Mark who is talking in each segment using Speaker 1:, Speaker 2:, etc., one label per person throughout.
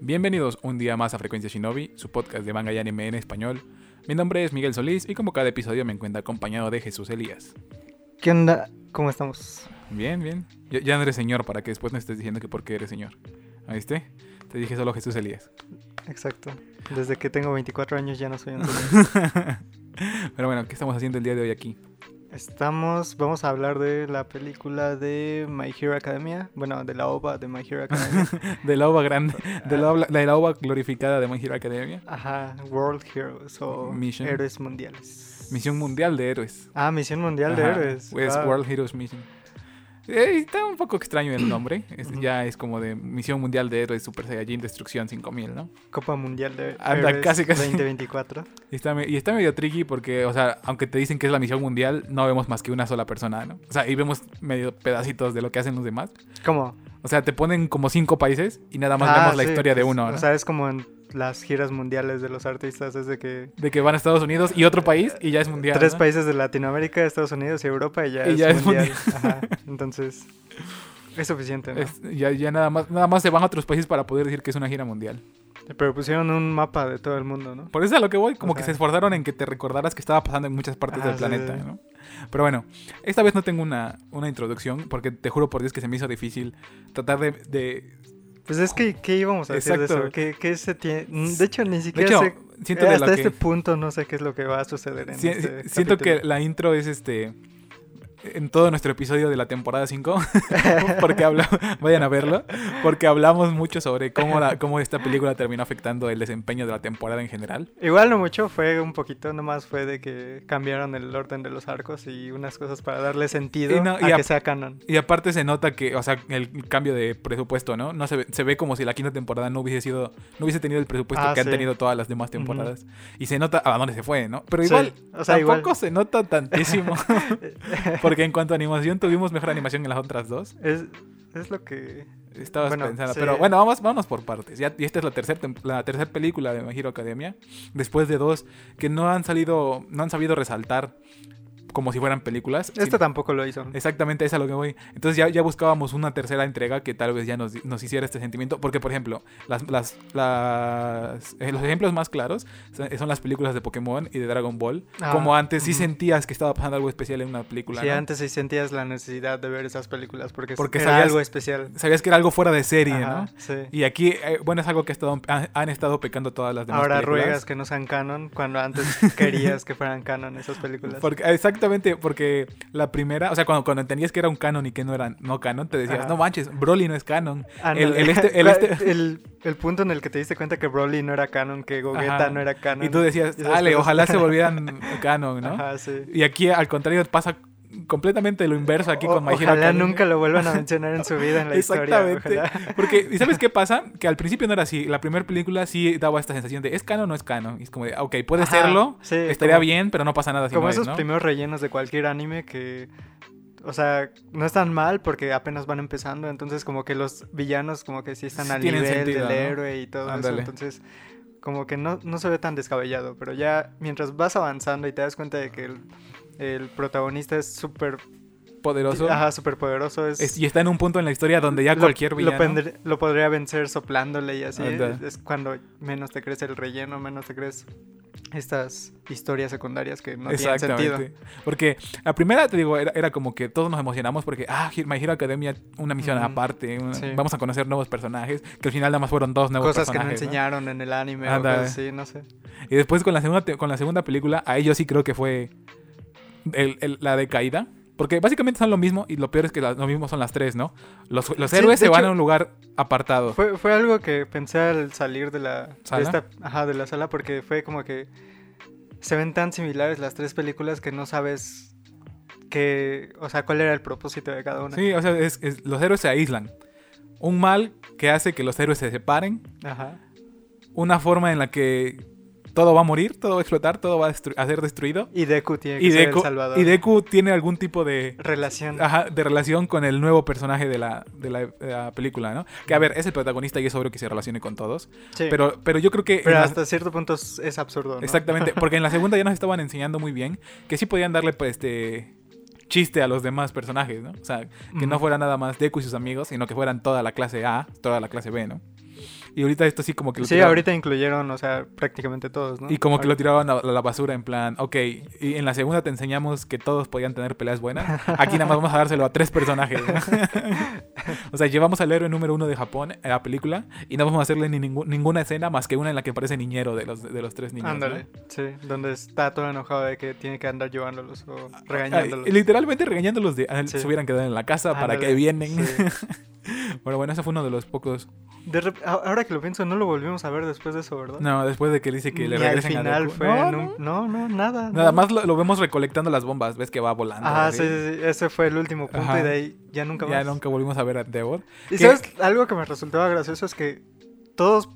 Speaker 1: Bienvenidos un día más a Frecuencia Shinobi, su podcast de manga y anime en español. Mi nombre es Miguel Solís y como cada episodio me encuentro acompañado de Jesús Elías.
Speaker 2: ¿Qué onda? ¿Cómo estamos?
Speaker 1: Bien, bien. Ya, ya no eres señor para que después no estés diciendo que por qué eres señor. ¿Viste? Te dije solo Jesús Elías.
Speaker 2: Exacto. Desde que tengo 24 años ya no soy un señor.
Speaker 1: Pero bueno, ¿qué estamos haciendo el día de hoy aquí?
Speaker 2: Estamos, vamos a hablar de la película de My Hero Academia, bueno, de la OVA de My Hero Academia.
Speaker 1: De la ova grande, de la ova, de la ova glorificada de My Hero Academia.
Speaker 2: Ah, Ajá, World Heroes o
Speaker 1: Mission.
Speaker 2: Héroes Mundiales.
Speaker 1: Misión mundial de héroes.
Speaker 2: Ah, Misión Mundial de
Speaker 1: Ajá,
Speaker 2: Héroes.
Speaker 1: Es
Speaker 2: Ah,
Speaker 1: World Heroes Mission. Eh, está un poco extraño el nombre. Es-
Speaker 2: Ujú.
Speaker 1: ya es como de Misión Mundial de Héroes Super Saiyajin Destrucción 5000, ¿no?
Speaker 2: Copa Mundial de
Speaker 1: Anda,
Speaker 2: Héroes
Speaker 1: casi, casi.
Speaker 2: 2024.
Speaker 1: Y está, me- y está medio tricky porque, o sea, aunque te dicen que es la misión mundial, no vemos más que una sola persona, ¿no? O sea, y vemos medio pedacitos de lo que hacen los demás.
Speaker 2: ¿Cómo?
Speaker 1: O sea, te ponen como cinco países y nada más
Speaker 2: Ah,
Speaker 1: vemos la
Speaker 2: sí,
Speaker 1: historia de
Speaker 2: pues,
Speaker 1: uno, ¿no?
Speaker 2: O sea, es como en las giras mundiales de los artistas, es de que
Speaker 1: de que van a Estados Unidos y otro país y ya es mundial.
Speaker 2: tres
Speaker 1: ¿no?
Speaker 2: países de Latinoamérica, Estados Unidos y Europa y ya
Speaker 1: Y
Speaker 2: es
Speaker 1: ya es
Speaker 2: mundial. Ajá, Entonces, es suficiente, ¿no?
Speaker 1: Es- ya ya nada, más, nada más se van a otros países para poder decir que es una gira mundial.
Speaker 2: Pero pusieron un mapa de todo el mundo, ¿no?
Speaker 1: Por eso es a lo que voy, como
Speaker 2: O
Speaker 1: que
Speaker 2: sea.
Speaker 1: se esforzaron en que te recordaras que estaba pasando en muchas partes
Speaker 2: Ajá,
Speaker 1: del
Speaker 2: Ah, sí,
Speaker 1: planeta,
Speaker 2: sí.
Speaker 1: ¿no? Pero bueno, esta vez no tengo una, una introducción porque te juro por Dios que se me hizo difícil tratar de... de-
Speaker 2: Pues es que, ¿qué íbamos a decir de
Speaker 1: Exacto.
Speaker 2: eso? ¿Qué, qué se tiene? De hecho, ni
Speaker 1: de
Speaker 2: siquiera
Speaker 1: hecho,
Speaker 2: sé...
Speaker 1: siento,
Speaker 2: eh,
Speaker 1: de lo
Speaker 2: hasta
Speaker 1: que,
Speaker 2: este punto no sé qué es lo que va a suceder en
Speaker 1: si-
Speaker 2: este
Speaker 1: siento que
Speaker 2: capítulo.
Speaker 1: la intro es este... En todo nuestro episodio de la temporada 5, porque habla, vayan a verlo, porque hablamos mucho sobre cómo, la, cómo esta película terminó afectando el desempeño de la temporada en general.
Speaker 2: Igual no mucho, fue un poquito, nomás fue de que cambiaron el orden de los arcos y unas cosas para darle sentido
Speaker 1: Y no, y ap-
Speaker 2: a que sea canon.
Speaker 1: Y aparte se nota que, o sea, el cambio de presupuesto, ¿no? No se ve, se ve como si la quinta temporada no hubiese sido, no hubiese tenido el presupuesto
Speaker 2: Ah,
Speaker 1: que han
Speaker 2: sí.
Speaker 1: tenido todas las demás temporadas. Y se nota a dónde se fue, ¿no? Pero
Speaker 2: Sí,
Speaker 1: igual,
Speaker 2: o sea, igual.
Speaker 1: tampoco se nota tantísimo. Porque en cuanto a animación, tuvimos mejor animación que las otras dos.
Speaker 2: Es, es lo que...
Speaker 1: Estabas
Speaker 2: Bueno,
Speaker 1: pensando.
Speaker 2: sí.
Speaker 1: Pero bueno, vamos, vámonos por partes. Ya, y esta es la tercera la tercer película de My Hero Academia. Después de dos que no han salido, no han sabido resaltar como si fueran películas.
Speaker 2: Esto
Speaker 1: sino-
Speaker 2: tampoco lo hizo.
Speaker 1: Exactamente, es a lo que voy. Entonces ya, ya buscábamos una tercera entrega que tal vez ya nos, nos hiciera este sentimiento. Porque, por ejemplo, las, las, las- eh, los ejemplos más claros son, son las películas de Pokémon y de Dragon Ball.
Speaker 2: Ah,
Speaker 1: Como antes sí
Speaker 2: ujú.
Speaker 1: sentías que estaba pasando algo especial en una película.
Speaker 2: Sí,
Speaker 1: ¿no?
Speaker 2: antes sí sentías la necesidad de ver esas películas porque,
Speaker 1: Porque
Speaker 2: era
Speaker 1: sabías-
Speaker 2: algo especial.
Speaker 1: Sabías que era algo fuera de serie,
Speaker 2: Ajá,
Speaker 1: ¿no?
Speaker 2: sí.
Speaker 1: Y aquí, eh, bueno, es algo que ha estado- han, han estado pecando todas las demás
Speaker 2: Ahora
Speaker 1: películas.
Speaker 2: ruegas que no sean canon cuando antes querías que fueran canon esas películas.
Speaker 1: Porque, exactamente, porque la primera, o sea, cuando, cuando entendías que era un canon y que no era no canon, te decías,
Speaker 2: Ajá.
Speaker 1: no manches, Broly no es canon. el-
Speaker 2: Ándale.
Speaker 1: el este- el
Speaker 2: La-
Speaker 1: este-
Speaker 2: Ah, el- el punto en el que te diste cuenta que Broly no era canon, que Gogeta
Speaker 1: Ajá.
Speaker 2: no era canon.
Speaker 1: Y tú decías,
Speaker 2: esas
Speaker 1: Ale,
Speaker 2: cosas.
Speaker 1: ojalá se volvieran canon, ¿no?
Speaker 2: Ajá, sí.
Speaker 1: Y aquí, al contrario, pasa completamente lo inverso aquí
Speaker 2: O-
Speaker 1: con My Hero
Speaker 2: ojalá
Speaker 1: Academia.
Speaker 2: nunca lo vuelvan a mencionar en su vida en la historia.
Speaker 1: Exactamente.
Speaker 2: ojalá.
Speaker 1: Porque, ¿y sabes qué pasa? Que al principio no era así. La primera película sí daba esta sensación de, ¿es canon o no es canon? Y es como de, "Ah, ok, puede
Speaker 2: Ajá,
Speaker 1: serlo,
Speaker 2: sí,
Speaker 1: estaría
Speaker 2: como-
Speaker 1: bien, pero no pasa nada si
Speaker 2: Como
Speaker 1: no es,
Speaker 2: esos
Speaker 1: ¿no?
Speaker 2: primeros rellenos de cualquier anime que. O sea, no están mal porque apenas van empezando. Entonces, como que los villanos, como que sí están
Speaker 1: Sí
Speaker 2: al
Speaker 1: tienen
Speaker 2: nivel
Speaker 1: sentido,
Speaker 2: del
Speaker 1: ¿no?
Speaker 2: héroe y todo
Speaker 1: Ándale.
Speaker 2: eso. Entonces, como que no, no se ve tan descabellado. Pero ya mientras vas avanzando y te das cuenta de que el, el protagonista es súper.
Speaker 1: Poderoso.
Speaker 2: Ajá, súper poderoso. Es,
Speaker 1: Es- y está en un punto en la historia donde ya
Speaker 2: lo-
Speaker 1: cualquier
Speaker 2: lo
Speaker 1: villano...
Speaker 2: pendre- Lo, podría vencer soplándole y así. Es,
Speaker 1: Ándale.
Speaker 2: es cuando menos te crees el relleno, menos te crees estas historias secundarias que no tienen sentido.
Speaker 1: Exactamente. Porque la primera, te digo, era, era como que todos nos emocionamos porque, ah, He- My Hero Academia, una misión
Speaker 2: Ujú.
Speaker 1: aparte, una-
Speaker 2: Sí.
Speaker 1: vamos a conocer nuevos personajes, que al final nada más fueron dos nuevos
Speaker 2: cosas que no
Speaker 1: personajes, ¿no?
Speaker 2: enseñaron en el anime
Speaker 1: Ándale.
Speaker 2: o cosas así, no sé.
Speaker 1: Y después con la segunda, te- con la segunda película, a ellos sí creo que fue el- el- la decaída. Porque básicamente son lo mismo y lo peor es que la- lo mismo son las tres, ¿no? Los, los
Speaker 2: Sí,
Speaker 1: héroes
Speaker 2: de
Speaker 1: se van
Speaker 2: hecho-
Speaker 1: a un lugar apartado.
Speaker 2: Fue, fue algo que pensé al salir de la
Speaker 1: ¿Sala?
Speaker 2: De, esta- ajá, de la sala porque fue como que se ven tan similares las tres películas que no sabes que, o sea, cuál era el propósito de cada una.
Speaker 1: Sí, o sea, es- es- los héroes se aíslan. Un mal que hace que los héroes se separen.
Speaker 2: Ajá.
Speaker 1: Una forma en la que todo va a morir, todo va a explotar, todo va a, destru- a ser destruido.
Speaker 2: Y Deku tiene que
Speaker 1: Y
Speaker 2: ser
Speaker 1: Deku,
Speaker 2: el salvador.
Speaker 1: y Deku Ah, tiene algún tipo de,
Speaker 2: Relación.
Speaker 1: ajá, de relación con el nuevo personaje de la, de la- de la película, ¿no? Que a ver, es el protagonista y es obvio que se relacione con todos.
Speaker 2: Sí.
Speaker 1: Pero, pero yo creo que... en
Speaker 2: Pero
Speaker 1: la-
Speaker 2: hasta cierto punto es es absurdo. ¿no?
Speaker 1: Exactamente, porque en la segunda ya nos estaban enseñando muy bien que sí podían darle pues, este chiste a los demás personajes, ¿no? O sea, que no
Speaker 2: Ujú.
Speaker 1: fuera nada más Deku y sus amigos, sino que fueran toda la clase A, toda la clase B, ¿no? Y ahorita esto sí como que lo
Speaker 2: Sí,
Speaker 1: tiraban-
Speaker 2: ahorita incluyeron, o sea, prácticamente todos, ¿no?
Speaker 1: Y como que lo tiraban a la basura en plan, ok, y en la segunda te enseñamos que todos podían tener peleas buenas. Aquí nada más vamos a dárselo a tres personajes. o sea, llevamos al héroe número uno de Japón eh, a la película y no vamos a hacerle ni ningú- ninguna escena más que una en la que parece niñero de los, de los tres niños. ¿no?
Speaker 2: Ándale, sí, donde está todo enojado de que tiene que andar llevándolos o
Speaker 1: Ah, Ay,
Speaker 2: regañándolos.
Speaker 1: literalmente regañándolos de "Ah,
Speaker 2: Sí.
Speaker 1: se hubieran quedado en la casa, ¿para
Speaker 2: Ándale,
Speaker 1: qué vienen?
Speaker 2: sí.
Speaker 1: Pero bueno, ese fue uno de los pocos.
Speaker 2: De rep- a- ahora que lo pienso, no lo volvimos a ver después de eso, ¿verdad?
Speaker 1: No, después de que dice que le
Speaker 2: Ni al
Speaker 1: regresen a
Speaker 2: final
Speaker 1: Deku.
Speaker 2: fue.
Speaker 1: No,
Speaker 2: en un- No, no, nada.
Speaker 1: Nada
Speaker 2: no.
Speaker 1: más lo, lo vemos recolectando las bombas, ves que va volando.
Speaker 2: Ajá,
Speaker 1: así.
Speaker 2: Ah, sí, sí, sí, ese fue el último punto
Speaker 1: Ajá.
Speaker 2: y de ahí ya nunca
Speaker 1: Ya
Speaker 2: más.
Speaker 1: nunca volvimos a ver a Devor.
Speaker 2: Y
Speaker 1: que-
Speaker 2: sabes, algo que me resultaba gracioso es que todos,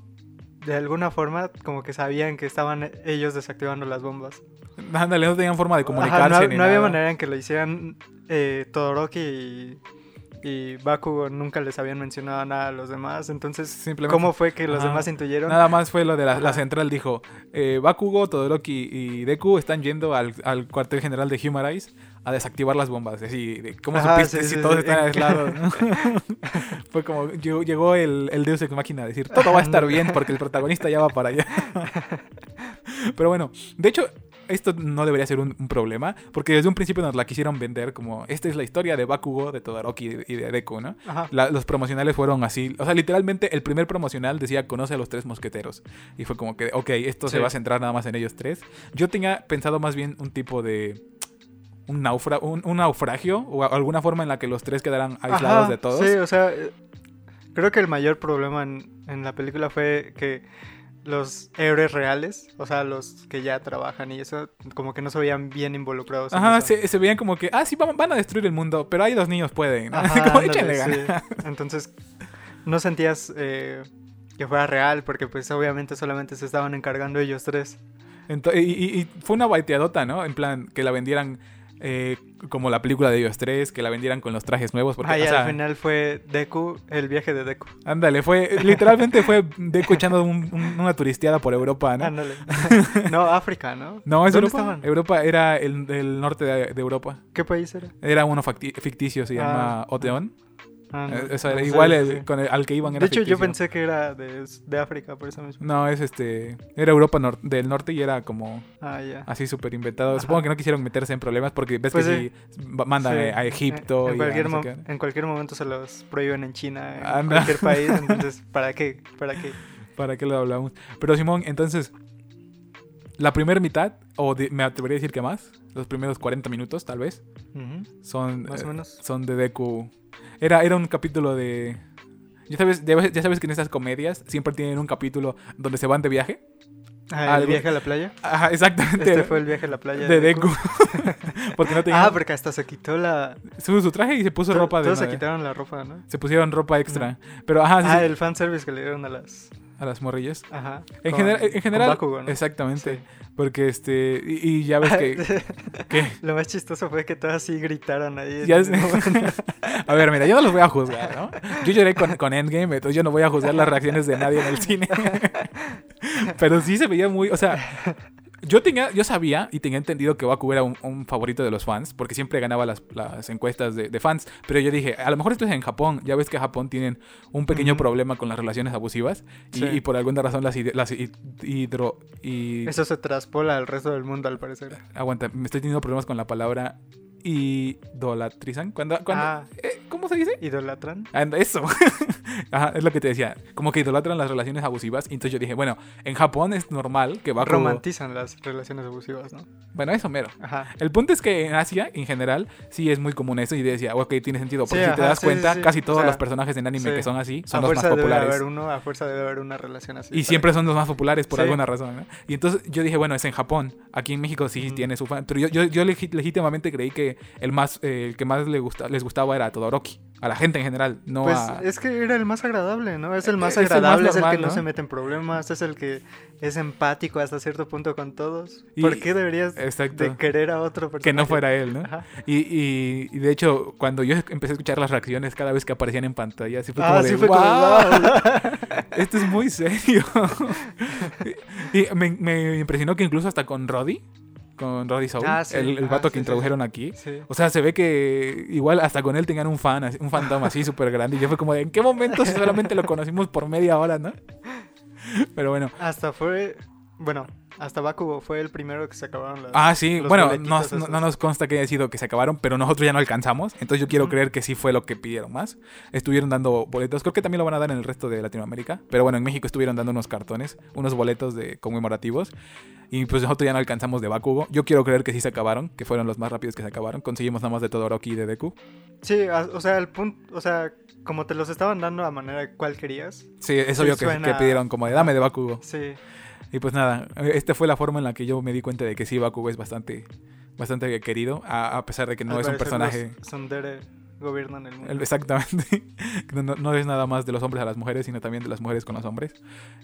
Speaker 2: de alguna forma, como que sabían que estaban ellos desactivando las bombas.
Speaker 1: Ándale, no tenían forma de
Speaker 2: Ajá,
Speaker 1: comunicarse.
Speaker 2: no,
Speaker 1: ni
Speaker 2: no había
Speaker 1: nada.
Speaker 2: manera en que lo hicieran eh, Todoroki y, y Bakugo nunca les habían mencionado nada a los demás. Entonces,
Speaker 1: Simplemente-
Speaker 2: ¿cómo fue que los
Speaker 1: Ajá.
Speaker 2: demás intuyeron?
Speaker 1: Nada más fue lo de la, la central, dijo. eh, Bakugo, Todoroki y Deku están yendo al, al cuartel general de Humanize a desactivar las bombas. Así, de, ¿cómo
Speaker 2: Ajá,
Speaker 1: supiste
Speaker 2: sí,
Speaker 1: si
Speaker 2: sí,
Speaker 1: todos
Speaker 2: sí.
Speaker 1: están aislados? no? fue como, llegó, llegó el, el Deus Ex Máquina a decir, todo va a estar bien porque el protagonista ya va para allá. Pero bueno, de hecho... Esto no debería ser un, un problema, porque desde un principio nos la quisieron vender como esta es la historia de Bakugo, de Todoroki y de Deku, ¿no?
Speaker 2: Ajá.
Speaker 1: La- los promocionales fueron así. O sea, literalmente el primer promocional decía conoce a los tres mosqueteros. Y fue como que, ok, esto se
Speaker 2: Sí.
Speaker 1: va a centrar nada más en ellos tres. Yo tenía pensado más bien un tipo de... Un, naufra un, un naufragio o a- alguna forma en la que los tres quedaran aislados
Speaker 2: Ajá,
Speaker 1: de todos.
Speaker 2: Sí, o sea, eh, creo que el mayor problema en, en la película fue que los héroes reales, o sea, los que ya trabajan y eso, como que no se veían bien involucrados. en
Speaker 1: Ajá,
Speaker 2: eso.
Speaker 1: se, se veían como que, ah, sí, vamos- van a destruir el mundo, pero ahí los niños pueden. ¿no?
Speaker 2: Ajá,
Speaker 1: como,
Speaker 2: ándale,
Speaker 1: échenle ganas.
Speaker 2: sí. Entonces, no sentías eh, que fuera real, porque pues obviamente solamente se estaban encargando ellos tres.
Speaker 1: Ento- y, y- y fue una baiteadota, ¿no? En plan, que la vendieran eh, como la película de ellos tres, que la vendieran con los trajes nuevos. Porque,
Speaker 2: Ajá, y
Speaker 1: o sea,
Speaker 2: al final fue Deku, el viaje de Deku.
Speaker 1: Ándale, fue, literalmente fue Deku echando un- un- una turisteada por Europa, ¿no?
Speaker 2: Ándale. no, África, ¿no?
Speaker 1: No, es
Speaker 2: Ah, ¿Dónde
Speaker 1: Europa.
Speaker 2: estaban?
Speaker 1: Europa era el, del norte de, de Europa.
Speaker 2: ¿Qué país era?
Speaker 1: Era uno facti- ficticio, se llama
Speaker 2: Ah.
Speaker 1: Oteón.
Speaker 2: Ah, no,
Speaker 1: Eh, o sea,
Speaker 2: no sé,
Speaker 1: igual
Speaker 2: sí,
Speaker 1: el-
Speaker 2: sí.
Speaker 1: con el- al que iban era
Speaker 2: De hecho, yo
Speaker 1: ficticio.
Speaker 2: pensé que era de, de África, por eso mismo.
Speaker 1: No, es este. Era Europa nor- del norte y era como
Speaker 2: Ah, ya.
Speaker 1: así súper inventado.
Speaker 2: Ajá.
Speaker 1: Supongo que no quisieron meterse en problemas porque ves
Speaker 2: Pues
Speaker 1: que
Speaker 2: sí.
Speaker 1: sí, va- mandan
Speaker 2: Sí.
Speaker 1: eh, a Egipto
Speaker 2: En- En
Speaker 1: y a
Speaker 2: cualquier,
Speaker 1: no sé
Speaker 2: mo-
Speaker 1: qué. Ah,
Speaker 2: en cualquier momento se los prohíben en China, en
Speaker 1: Anda.
Speaker 2: cualquier país. Entonces, ¿para qué? ¿Para qué?
Speaker 1: ¿Para qué lo hablamos? Pero Simón, entonces, la primera mitad, o de- me atrevería a decir que más, los primeros 40 minutos tal vez,
Speaker 2: Ujú,
Speaker 1: son,
Speaker 2: Más
Speaker 1: eh,
Speaker 2: o menos.
Speaker 1: son de Deku. Era, era un capítulo de... Ya sabes, ya, ya sabes que en esas comedias siempre tienen un capítulo donde se van de viaje.
Speaker 2: Ah, ¿El
Speaker 1: algo-
Speaker 2: viaje a la playa?
Speaker 1: Ajá, exactamente.
Speaker 2: Este fue el viaje a la playa.
Speaker 1: de Deku. Porque no tenían...
Speaker 2: Ah, porque hasta se quitó la.
Speaker 1: su, su traje y se puso
Speaker 2: to-
Speaker 1: ropa de...
Speaker 2: Todos se
Speaker 1: una-
Speaker 2: quitaron la ropa, ¿no?
Speaker 1: se pusieron ropa extra. Pero ajá, sí,
Speaker 2: Ah,
Speaker 1: sí,
Speaker 2: el fanservice que le dieron a las.
Speaker 1: a las morrillas.
Speaker 2: Ajá.
Speaker 1: En,
Speaker 2: con-
Speaker 1: general, en
Speaker 2: con
Speaker 1: general...
Speaker 2: Bakugo, ¿no?
Speaker 1: Exactamente.
Speaker 2: Sí.
Speaker 1: Porque este... Y, y ya ves que... que
Speaker 2: Lo más chistoso fue que todas sí gritaron ahí.
Speaker 1: Ya
Speaker 2: en
Speaker 1: sé.
Speaker 2: el momento.
Speaker 1: A ver, mira, yo no los voy a juzgar, ¿no? Yo lloré con, con Endgame, entonces yo no voy a juzgar las reacciones de nadie en el cine. Pero sí se veía muy. O sea, yo tenía, yo sabía y tenía entendido que Baku era un, un favorito de los fans, porque siempre ganaba las, las encuestas de, de fans. Pero yo dije, a lo mejor esto es en Japón. Ya ves que Japón tienen un pequeño
Speaker 2: Ujú.
Speaker 1: problema con las relaciones abusivas y,
Speaker 2: Sí.
Speaker 1: y por alguna razón las, hid- las hid- hidro. Y,
Speaker 2: Eso se traspola al resto del mundo, al parecer.
Speaker 1: Aguanta, me estoy teniendo problemas con la palabra idolatrizan. ¿Cuándo, cuándo-
Speaker 2: Ah.
Speaker 1: eh, ¿Cómo se dice?
Speaker 2: ¿Idolatran?
Speaker 1: Ah, Eso. Ajá, es lo que te decía. Como que idolatran las relaciones abusivas. Y entonces yo dije, bueno, en Japón es normal que Bakugo...
Speaker 2: Romantizan las relaciones abusivas, ¿no?
Speaker 1: Bueno, eso mero.
Speaker 2: Ajá.
Speaker 1: El punto es que en Asia, en general, sí es muy común eso. Y decía, ok, tiene sentido. Porque
Speaker 2: Sí,
Speaker 1: si te
Speaker 2: ajá,
Speaker 1: das
Speaker 2: sí,
Speaker 1: cuenta,
Speaker 2: sí, sí.
Speaker 1: casi
Speaker 2: O
Speaker 1: todos
Speaker 2: sea,
Speaker 1: los personajes en anime
Speaker 2: sí.
Speaker 1: que son así
Speaker 2: A
Speaker 1: son los más
Speaker 2: fuerza debe
Speaker 1: populares.
Speaker 2: haber uno, a fuerza debe haber una relación así.
Speaker 1: Y
Speaker 2: para
Speaker 1: siempre son los más populares por
Speaker 2: Sí.
Speaker 1: alguna razón. ¿no? Y entonces yo dije, bueno, es en Japón. Aquí en México sí
Speaker 2: Ujú.
Speaker 1: tiene su fan. Pero yo, yo, yo legi- legítimamente creí que el más eh, el que más le gusta, les gustaba era a Todoroki. A la gente en general, no
Speaker 2: Pues
Speaker 1: a...
Speaker 2: es que era el más agradable, ¿no? Es el
Speaker 1: Es
Speaker 2: más
Speaker 1: el más
Speaker 2: agradable, es el,
Speaker 1: normal,
Speaker 2: que ¿no?
Speaker 1: ¿no?
Speaker 2: se mete en problemas, es el que es empático hasta cierto punto con todos.
Speaker 1: Y-
Speaker 2: ¿Por qué deberías
Speaker 1: Exacto.
Speaker 2: de querer a otro personaje?
Speaker 1: que no fuera él, ¿no?
Speaker 2: Ajá.
Speaker 1: Y, y, y de hecho, cuando yo empecé a escuchar las reacciones cada vez que aparecían en pantalla, así fue como
Speaker 2: Ah,
Speaker 1: de,
Speaker 2: sí fue
Speaker 1: "Wow,
Speaker 2: como, "Wow".
Speaker 1: esto es muy serio. y me, me impresionó que incluso hasta con Roddy, con Roddy Soul,
Speaker 2: Ah, sí.
Speaker 1: el, el
Speaker 2: Ah,
Speaker 1: vato
Speaker 2: sí,
Speaker 1: que
Speaker 2: sí,
Speaker 1: introdujeron aquí,
Speaker 2: Sí.
Speaker 1: o sea, se ve que igual hasta con él tenían un fan, así- un fandom así súper grande. Y yo fue como de, ¿en qué momento si solamente lo conocimos por media hora, no? Pero bueno.
Speaker 2: Hasta fue. Bueno, hasta Bakugo fue el primero que se acabaron las.
Speaker 1: Ah, sí.
Speaker 2: los
Speaker 1: Bueno,
Speaker 2: boletitos
Speaker 1: no,
Speaker 2: esos.
Speaker 1: no- no nos consta que haya sido que se acabaron, pero nosotros ya no alcanzamos. Entonces yo quiero
Speaker 2: Ujú.
Speaker 1: creer que sí fue lo que pidieron más. Estuvieron dando boletos. Creo que también lo van a dar en el resto de Latinoamérica. Pero bueno, en México estuvieron dando unos cartones, unos boletos de conmemorativos. Y pues nosotros ya no alcanzamos de Bakugo. Yo quiero creer que sí se acabaron, que fueron los más rápidos que se acabaron. Conseguimos nada más de Todoroki y de Deku.
Speaker 2: Sí, a- o sea, el punto. O sea, como te los estaban dando a manera cual querías.
Speaker 1: Sí, es
Speaker 2: Sí,
Speaker 1: obvio que,
Speaker 2: suena-
Speaker 1: que pidieron como de dame de Bakugo.
Speaker 2: Sí.
Speaker 1: Y pues nada, esta fue la forma en la que yo me di cuenta de que sí, Bakugo es bastante, bastante querido, a, a pesar de que no
Speaker 2: al
Speaker 1: es un
Speaker 2: parecer los
Speaker 1: personaje...
Speaker 2: Tsundere gobiernan el mundo.
Speaker 1: el- Exactamente. No, no- no es nada más de los hombres a las mujeres, sino también de las mujeres con los hombres.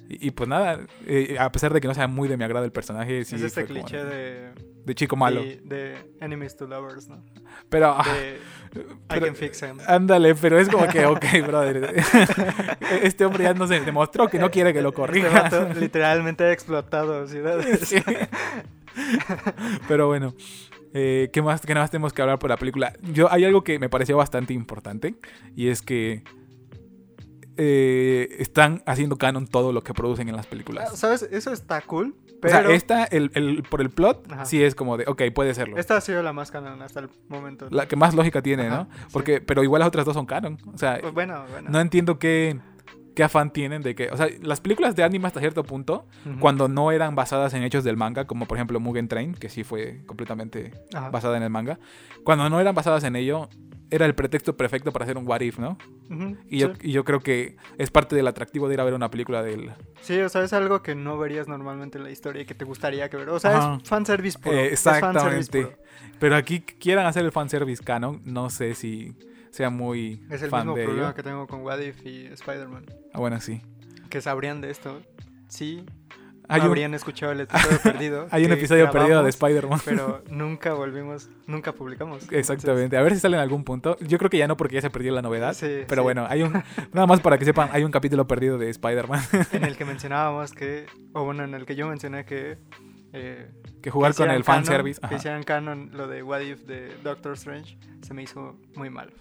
Speaker 1: Y, y pues nada, eh, a pesar de que no sea muy de mi agrado el personaje, sí
Speaker 2: es este
Speaker 1: fue como
Speaker 2: cliché de,
Speaker 1: de chico malo.
Speaker 2: de. de enemies to lovers, ¿no?
Speaker 1: Pero, ah,
Speaker 2: De I
Speaker 1: pero- ah,
Speaker 2: can fix him.
Speaker 1: Ándale, pero es como que, ok, brother. este hombre ya nos demostró que no quiere que lo
Speaker 2: Este
Speaker 1: corrija.
Speaker 2: vato literalmente ha explotado ciudades.
Speaker 1: Sí. Pero bueno, eh, ¿qué, más, ¿qué más tenemos que hablar por la película? Yo, hay algo que me pareció bastante importante y es que eh, están haciendo canon todo lo que producen en las
Speaker 2: Ah,
Speaker 1: películas.
Speaker 2: ¿Sabes? Eso está cool,
Speaker 1: O sea,
Speaker 2: pero
Speaker 1: esta, el, el- por el plot,
Speaker 2: Ajá.
Speaker 1: sí es como de, ok, puede serlo.
Speaker 2: esta ha sido la más canon hasta el momento.
Speaker 1: La que más lógica tiene,
Speaker 2: Ajá,
Speaker 1: ¿no?
Speaker 2: sí.
Speaker 1: Porque, pero igual las otras dos son canon. O sea,
Speaker 2: Pues Bueno, bueno.
Speaker 1: no entiendo qué, qué afán tienen de que, o sea, las películas de anime hasta cierto punto,
Speaker 2: Ujú.
Speaker 1: cuando no eran basadas en hechos del manga, como por ejemplo Mugen Train, que sí fue completamente
Speaker 2: Ajá.
Speaker 1: basada en el manga. Cuando no eran basadas en ello, era el pretexto perfecto para hacer un what if, ¿no?
Speaker 2: Ujú,
Speaker 1: Y, yo,
Speaker 2: sí.
Speaker 1: y yo creo que es parte del atractivo de ir a ver una película del...
Speaker 2: Sí, o sea, es algo que no verías normalmente en la historia y que te gustaría que ver. O sea,
Speaker 1: Ajá.
Speaker 2: es fanservice puro.
Speaker 1: Eh,
Speaker 2: es fanservice
Speaker 1: exactamente.
Speaker 2: puro.
Speaker 1: Pero aquí quieran hacer el fanservice canon, no sé si sea muy
Speaker 2: Es el
Speaker 1: fan
Speaker 2: mismo
Speaker 1: de
Speaker 2: problema
Speaker 1: ello.
Speaker 2: que tengo con Wadif y Spider-Man.
Speaker 1: Ah, bueno, sí.
Speaker 2: Que sabrían de esto. Sí,
Speaker 1: Hay un,
Speaker 2: habrían escuchado el episodio perdido.
Speaker 1: hay un
Speaker 2: que
Speaker 1: episodio perdido de
Speaker 2: grabamos,
Speaker 1: Spider-Man.
Speaker 2: Pero nunca volvimos, nunca publicamos.
Speaker 1: Exactamente. A ver si sale en algún punto. Yo creo que ya no porque ya se perdió la novedad.
Speaker 2: Sí,
Speaker 1: pero
Speaker 2: sí.
Speaker 1: bueno, hay un... Nada más para que sepan, hay un capítulo perdido de Spider-Man.
Speaker 2: Entonces, en el que mencionábamos que, o bueno, en el que yo mencioné que. eh,
Speaker 1: que jugar
Speaker 2: que
Speaker 1: con
Speaker 2: hicieran
Speaker 1: el
Speaker 2: canon-
Speaker 1: fanservice.
Speaker 2: Que
Speaker 1: ajá.
Speaker 2: hicieran canon lo de What If de Doctor Strange se me hizo muy mal.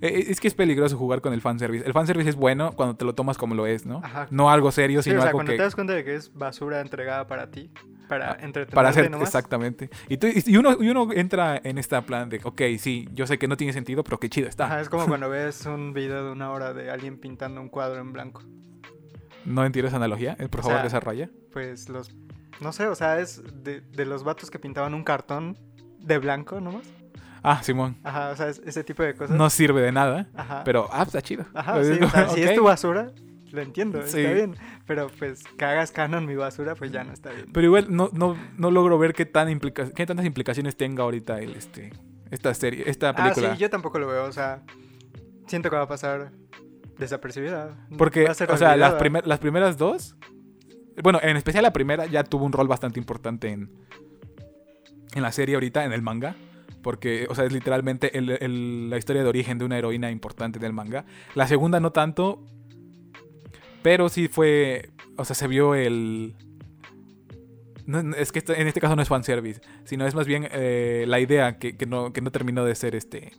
Speaker 1: Eh, Es que es peligroso jugar con el fanservice. El fanservice es bueno cuando te lo tomas como lo es, ¿no?
Speaker 2: Ajá.
Speaker 1: No algo serio,
Speaker 2: Sí,
Speaker 1: sino
Speaker 2: o sea,
Speaker 1: algo
Speaker 2: cuando
Speaker 1: que. Ah,
Speaker 2: te das cuenta de que es basura entregada para ti, para entretenerte
Speaker 1: Para hacer.
Speaker 2: nomás.
Speaker 1: Exactamente. Y, tú- y uno, y uno entra en esta plan de, ok, sí, yo sé que no tiene sentido, pero qué chido está.
Speaker 2: Ajá, es como cuando ves un video de una hora de alguien pintando un cuadro en blanco.
Speaker 1: No entiendo esa analogía. eh, Por
Speaker 2: O
Speaker 1: favor,
Speaker 2: sea,
Speaker 1: desarrolla.
Speaker 2: Pues los. No sé, o sea, es de, de los vatos que pintaban un cartón de blanco nomás.
Speaker 1: Ah, Simón.
Speaker 2: Ajá, o sea, es- ese tipo de cosas.
Speaker 1: No sirve de nada,
Speaker 2: Ajá.
Speaker 1: pero, ah, está chido.
Speaker 2: Ajá,
Speaker 1: Es
Speaker 2: sí, o
Speaker 1: como,
Speaker 2: sea, si es
Speaker 1: ok.
Speaker 2: tu basura, lo entiendo,
Speaker 1: Sí.
Speaker 2: está bien. Pero pues que hagas canon mi basura, pues ya no está bien.
Speaker 1: Pero igual no, no, no logro ver qué, tan implica- qué tantas implicaciones tenga ahorita el, este, esta serie, esta película.
Speaker 2: Ah, sí, yo tampoco lo veo, o sea, siento que va a pasar desapercibida.
Speaker 1: Porque,
Speaker 2: va a ser ¿eh?
Speaker 1: o sea, las,
Speaker 2: olvidada.
Speaker 1: primer- las primeras dos. Bueno, en especial la primera ya tuvo un rol bastante importante en, en la serie ahorita, en el manga. Porque, o sea, es literalmente el- el- la historia de origen de una heroína importante del manga. La segunda no tanto. Pero sí fue. O sea, se vio el. no, no, es que esto- en este caso no es fanservice, sino es más bien eh, la idea que, que no, que no terminó de ser este.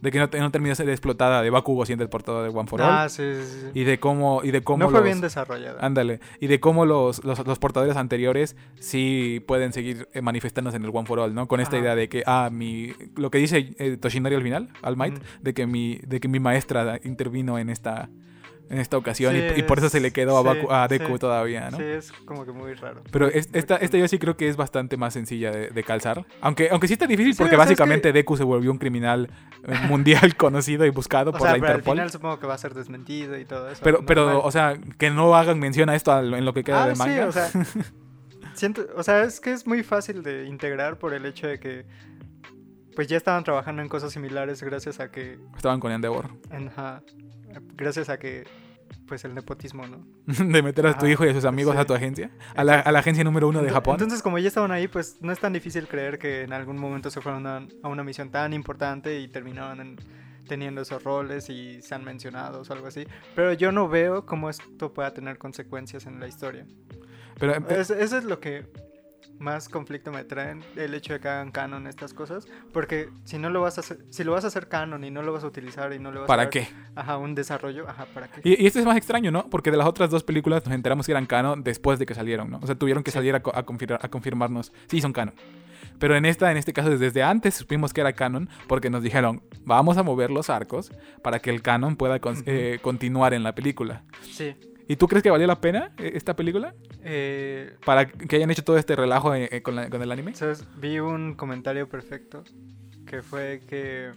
Speaker 1: De que no, no terminó de ser explotada de Bakugo siendo el portador de One for All
Speaker 2: Ah, sí, sí, sí.
Speaker 1: y de cómo y de cómo
Speaker 2: no fue
Speaker 1: los-
Speaker 2: bien desarrollada.
Speaker 1: ándale y de cómo los, los, los portadores anteriores sí pueden seguir eh, manifestándose en el One for All no con esta
Speaker 2: Ajá.
Speaker 1: idea de que ah mi lo que dice eh, Toshinori al final All Might
Speaker 2: Ujú.
Speaker 1: de que mi de que mi maestra intervino en esta en esta ocasión y-
Speaker 2: Sí,
Speaker 1: y, por eso se le quedó a,
Speaker 2: sí,
Speaker 1: Baku- a Deku
Speaker 2: sí.
Speaker 1: todavía no
Speaker 2: Sí, es como que muy raro.
Speaker 1: Pero es- esta, esta yo sí creo que es bastante más sencilla de, de calzar. Aunque, aunque sí está difícil
Speaker 2: Sí,
Speaker 1: porque
Speaker 2: o sea, es que-
Speaker 1: básicamente Deku se volvió un criminal eh, mundial conocido y buscado
Speaker 2: O
Speaker 1: por
Speaker 2: sea,
Speaker 1: la
Speaker 2: pero al
Speaker 1: Interpol.
Speaker 2: final supongo que va a ser desmentido y todo eso.
Speaker 1: Pero, pero,
Speaker 2: normal.
Speaker 1: o sea, que no hagan mención a esto al- en lo que queda
Speaker 2: Ah,
Speaker 1: de manga.
Speaker 2: Sí, o sea, siento, o sea, es que es muy fácil de integrar por el hecho de que pues ya estaban trabajando en cosas similares gracias a que
Speaker 1: Estaban con Endeavor.
Speaker 2: ajá, gracias a que pues el nepotismo, ¿no?
Speaker 1: De meter a tu
Speaker 2: Ajá,
Speaker 1: hijo y a sus amigos
Speaker 2: Ah, sí.
Speaker 1: a tu agencia. A la, a la agencia número uno de
Speaker 2: Ento-
Speaker 1: Japón.
Speaker 2: Entonces, como ya estaban ahí, pues no es tan difícil creer que en algún momento se fueron a, a una misión tan importante y terminaron en- teniendo esos roles y se han mencionado o algo así. Pero yo no veo cómo esto pueda tener consecuencias en la historia.
Speaker 1: pero, eh,
Speaker 2: Es- eso es lo que más conflicto me traen el hecho de que hagan canon estas cosas, porque si no lo vas a hacer, si lo vas a hacer canon y no lo vas a utilizar y no lo vas a
Speaker 1: ¿Para
Speaker 2: dar,
Speaker 1: qué?
Speaker 2: Ajá, un desarrollo, ajá, ¿para qué?
Speaker 1: Y, y este es más extraño, ¿no? Porque de las otras dos películas nos enteramos que eran canon después de que salieron, ¿no? O sea, tuvieron que
Speaker 2: Sí.
Speaker 1: salir a, co- a confirma- a confirmarnos. Sí, son canon. Pero en esta, en este caso, desde antes supimos que era canon porque nos dijeron, vamos a mover los arcos para que el canon pueda con- eh, continuar en la película.
Speaker 2: Sí.
Speaker 1: ¿Y tú crees que valió la pena eh, esta película?
Speaker 2: Eh,
Speaker 1: Para que hayan hecho todo este relajo eh, eh, con, la- con el anime.
Speaker 2: ¿sabes? Vi un comentario perfecto que fue que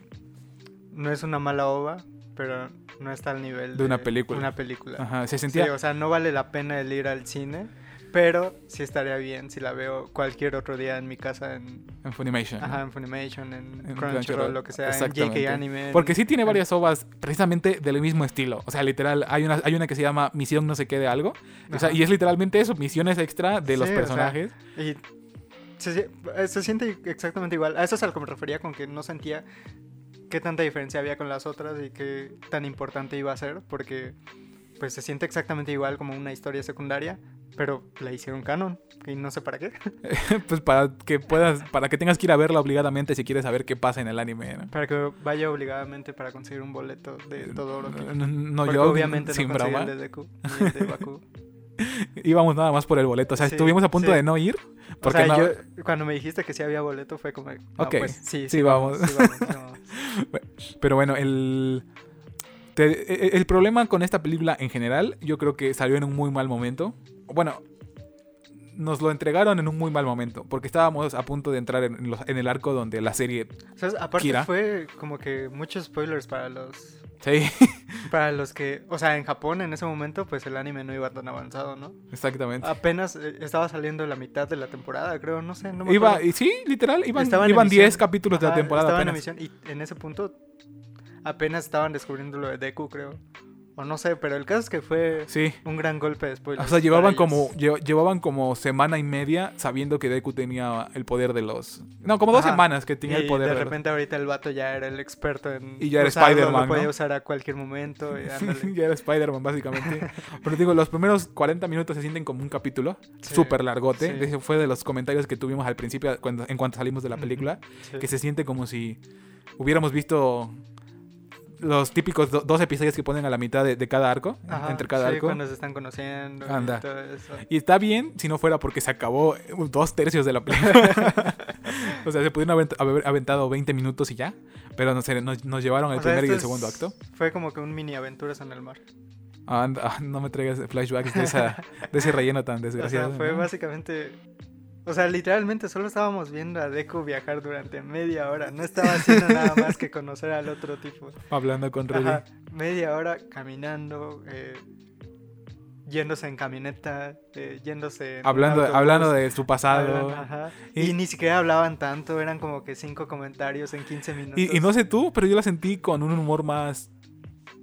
Speaker 2: no es una mala ova, pero no está al nivel
Speaker 1: De una película.
Speaker 2: Una película.
Speaker 1: Ajá, se
Speaker 2: Sí,
Speaker 1: sentía...
Speaker 2: o sea, no vale la pena el ir al cine, pero sí estaría bien si la veo cualquier otro día en mi casa en,
Speaker 1: En Funimation. ¿no?
Speaker 2: ajá, en Funimation, en,
Speaker 1: En Crunchyroll,
Speaker 2: Crunchyroll, lo que sea, en
Speaker 1: exactamente.
Speaker 2: JK Anime. en-
Speaker 1: Porque sí tiene
Speaker 2: en-
Speaker 1: varias ovas precisamente del mismo estilo. O sea, literal, hay una, hay una que se llama Misión no se quede algo. O sea,
Speaker 2: Ajá.
Speaker 1: y es literalmente eso, misiones extra de los
Speaker 2: Sí, o sea,
Speaker 1: personajes.
Speaker 2: Y se, sie- eh, se siente exactamente igual. A eso es a lo que me refería con que no sentía qué tanta diferencia había con las otras y qué tan importante iba a ser, porque pues se siente exactamente igual como una historia secundaria, pero la hicieron canon y no sé para qué.
Speaker 1: pues para que puedas, para que tengas que ir a verla obligadamente si quieres saber qué pasa en el anime. ¿no?
Speaker 2: Para que vaya obligadamente para conseguir un boleto de todo oro.
Speaker 1: Eh, No, no, no,
Speaker 2: Porque
Speaker 1: yo,
Speaker 2: obviamente
Speaker 1: sin
Speaker 2: no conseguí
Speaker 1: broma,
Speaker 2: el de Deku ni el de Bakú.
Speaker 1: íbamos nada más por el boleto. O sea,
Speaker 2: Sí,
Speaker 1: estuvimos a punto
Speaker 2: sí.
Speaker 1: de no ir.
Speaker 2: O
Speaker 1: Porque
Speaker 2: sea,
Speaker 1: no-
Speaker 2: yo, cuando me dijiste que sí había boleto fue como... No,
Speaker 1: Ok,
Speaker 2: pues, sí, sí,
Speaker 1: sí, vamos.
Speaker 2: sí, vamos, sí, vamos.
Speaker 1: Pero bueno, el, te- e- e- el problema con esta película en general, yo creo que salió en un muy mal momento. Bueno, nos lo entregaron en un muy mal momento, porque estábamos a punto de entrar en, los- en el arco donde la serie...
Speaker 2: ¿Sabes? Aparte
Speaker 1: Kira.
Speaker 2: fue como que muchos spoilers para los
Speaker 1: Sí,
Speaker 2: para los que, o sea, en Japón en ese momento pues el anime no iba tan avanzado, ¿no?
Speaker 1: exactamente.
Speaker 2: Apenas eh, estaba saliendo la mitad de la temporada, creo, no sé, Ah, no me
Speaker 1: Iba,
Speaker 2: acuerdo.
Speaker 1: y sí, literal, iban,
Speaker 2: Estaba en
Speaker 1: iban
Speaker 2: emisión.
Speaker 1: 10 capítulos de la
Speaker 2: Ajá,
Speaker 1: temporada
Speaker 2: Estaba en
Speaker 1: apenas.
Speaker 2: emisión y en ese punto apenas estaban descubriendo lo de Deku, creo. O no sé, pero el caso es que fue
Speaker 1: Sí.
Speaker 2: un gran golpe de spoilers.
Speaker 1: O sea, llevaban
Speaker 2: para
Speaker 1: como,
Speaker 2: ellos.
Speaker 1: lle- llevaban como semana y media sabiendo que Deku tenía el poder de los... No, como dos
Speaker 2: Ajá.
Speaker 1: semanas que tenía el
Speaker 2: Y
Speaker 1: poder
Speaker 2: de
Speaker 1: los-
Speaker 2: repente ahorita el vato ya era el experto en
Speaker 1: Y ya era
Speaker 2: usarlo,
Speaker 1: Spider-Man,
Speaker 2: Lo
Speaker 1: ¿no?
Speaker 2: podía usar a cualquier momento y ándale.
Speaker 1: ya era Spider-Man, básicamente. Pero digo, los primeros 40 minutos se sienten como un capítulo
Speaker 2: Sí,
Speaker 1: súper largote.
Speaker 2: sí.
Speaker 1: Ese fue de los comentarios que tuvimos al principio cuando, en cuanto salimos de la
Speaker 2: Ujú,
Speaker 1: película.
Speaker 2: sí.
Speaker 1: Que se siente como si hubiéramos visto los típicos do- dos episodios que ponen a la mitad de, de cada arco. en-
Speaker 2: Ajá,
Speaker 1: entre cada
Speaker 2: sí,
Speaker 1: arco.
Speaker 2: cuando se están conociendo y
Speaker 1: Anda.
Speaker 2: todo eso.
Speaker 1: Y está bien si no fuera porque se acabó eh, dos tercios de la película. o sea, se pudieron haber, haber aventado 20 minutos y ya. Pero nos, nos, nos llevaron al
Speaker 2: O sea,
Speaker 1: primer y
Speaker 2: esto
Speaker 1: el segundo
Speaker 2: es-
Speaker 1: acto.
Speaker 2: Fue como que un mini aventuras en el mar.
Speaker 1: Anda, no me traigas flashbacks de, esa, de ese relleno tan
Speaker 2: O
Speaker 1: desgraciado.
Speaker 2: sea, fue
Speaker 1: ¿no?
Speaker 2: básicamente. O sea, literalmente solo estábamos viendo a Deku viajar durante media hora. No estaba haciendo nada más que conocer al otro tipo.
Speaker 1: Hablando con Rudy.
Speaker 2: Ajá, media hora caminando, eh, yéndose en camioneta, eh, yéndose. en
Speaker 1: Hablando,
Speaker 2: autobús,
Speaker 1: hablando de su
Speaker 2: hablan-
Speaker 1: pasado.
Speaker 2: ajá.
Speaker 1: Y-
Speaker 2: Y, ni siquiera hablaban tanto, eran como que cinco comentarios en 15 minutos.
Speaker 1: Y, y no sé tú, pero yo la sentí con un humor más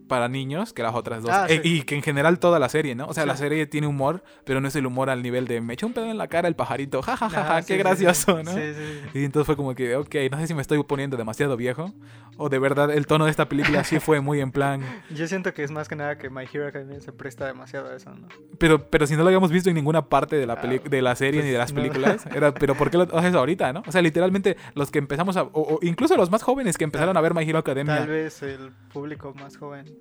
Speaker 1: para niños que las otras dos.
Speaker 2: Ah,
Speaker 1: E-
Speaker 2: sí.
Speaker 1: y que en general toda la serie, ¿no? O sea,
Speaker 2: Sí.
Speaker 1: la serie tiene humor, pero no es el humor al nivel de me echó un pedo en la cara el pajarito. Ja, ja, ja,
Speaker 2: Ajá,
Speaker 1: ja,
Speaker 2: Ah, sí,
Speaker 1: qué
Speaker 2: sí, sí.
Speaker 1: gracioso, ¿no?
Speaker 2: Sí, sí, sí.
Speaker 1: Y entonces fue como que, ok, no sé si me estoy poniendo demasiado viejo o de verdad el tono de esta película sí fue muy en plan.
Speaker 2: Yo siento que es más que nada que My Hero Academia se presta demasiado a eso, ¿no?
Speaker 1: Pero, pero si no lo habíamos visto en ninguna parte de la, peli-
Speaker 2: Ah,
Speaker 1: de la serie ni de
Speaker 2: pues,
Speaker 1: las
Speaker 2: no.
Speaker 1: películas, era, pero ¿por qué lo haces ahorita, no? O sea, literalmente los que empezamos a. O, o incluso los más jóvenes que empezaron a ver My Hero Academia.
Speaker 2: Tal vez el público más joven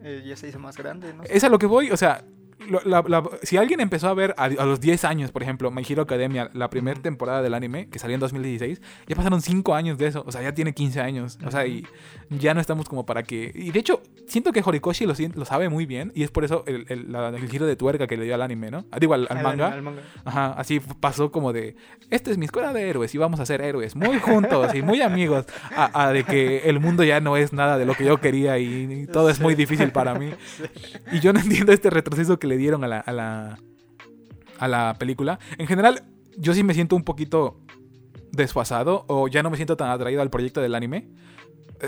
Speaker 2: eh, ya se hizo más grande, ¿no?
Speaker 1: Es a lo que voy, o sea, lo- la- la- si alguien empezó a ver a, a los 10 años, por ejemplo, My Hero Academia, la primera
Speaker 2: Ujú.
Speaker 1: temporada del anime, que salió en 2016, ya pasaron 5 años de eso, o sea, ya tiene 15 años, o sea, y ya no estamos como para que... Y de hecho, siento que Horikoshi lo, sien- lo sabe muy bien, y es por eso el, el- la- el giro de tuerca que le dio al anime, ¿no? Ah, Digo, al, al
Speaker 2: Al-
Speaker 1: manga.
Speaker 2: al manga.
Speaker 1: Ajá, así f- pasó como de, esta es mi escuela de héroes y vamos a ser héroes, muy juntos y muy amigos, a, a de que el mundo ya no es nada de lo que yo quería y, y todo es muy
Speaker 2: Sí.
Speaker 1: difícil para mí.
Speaker 2: Sí.
Speaker 1: Y yo no entiendo este retroceso que le dieron a la, a la, a la película. En general, yo sí me siento un poquito desfasado o ya no me siento tan atraído al proyecto del anime.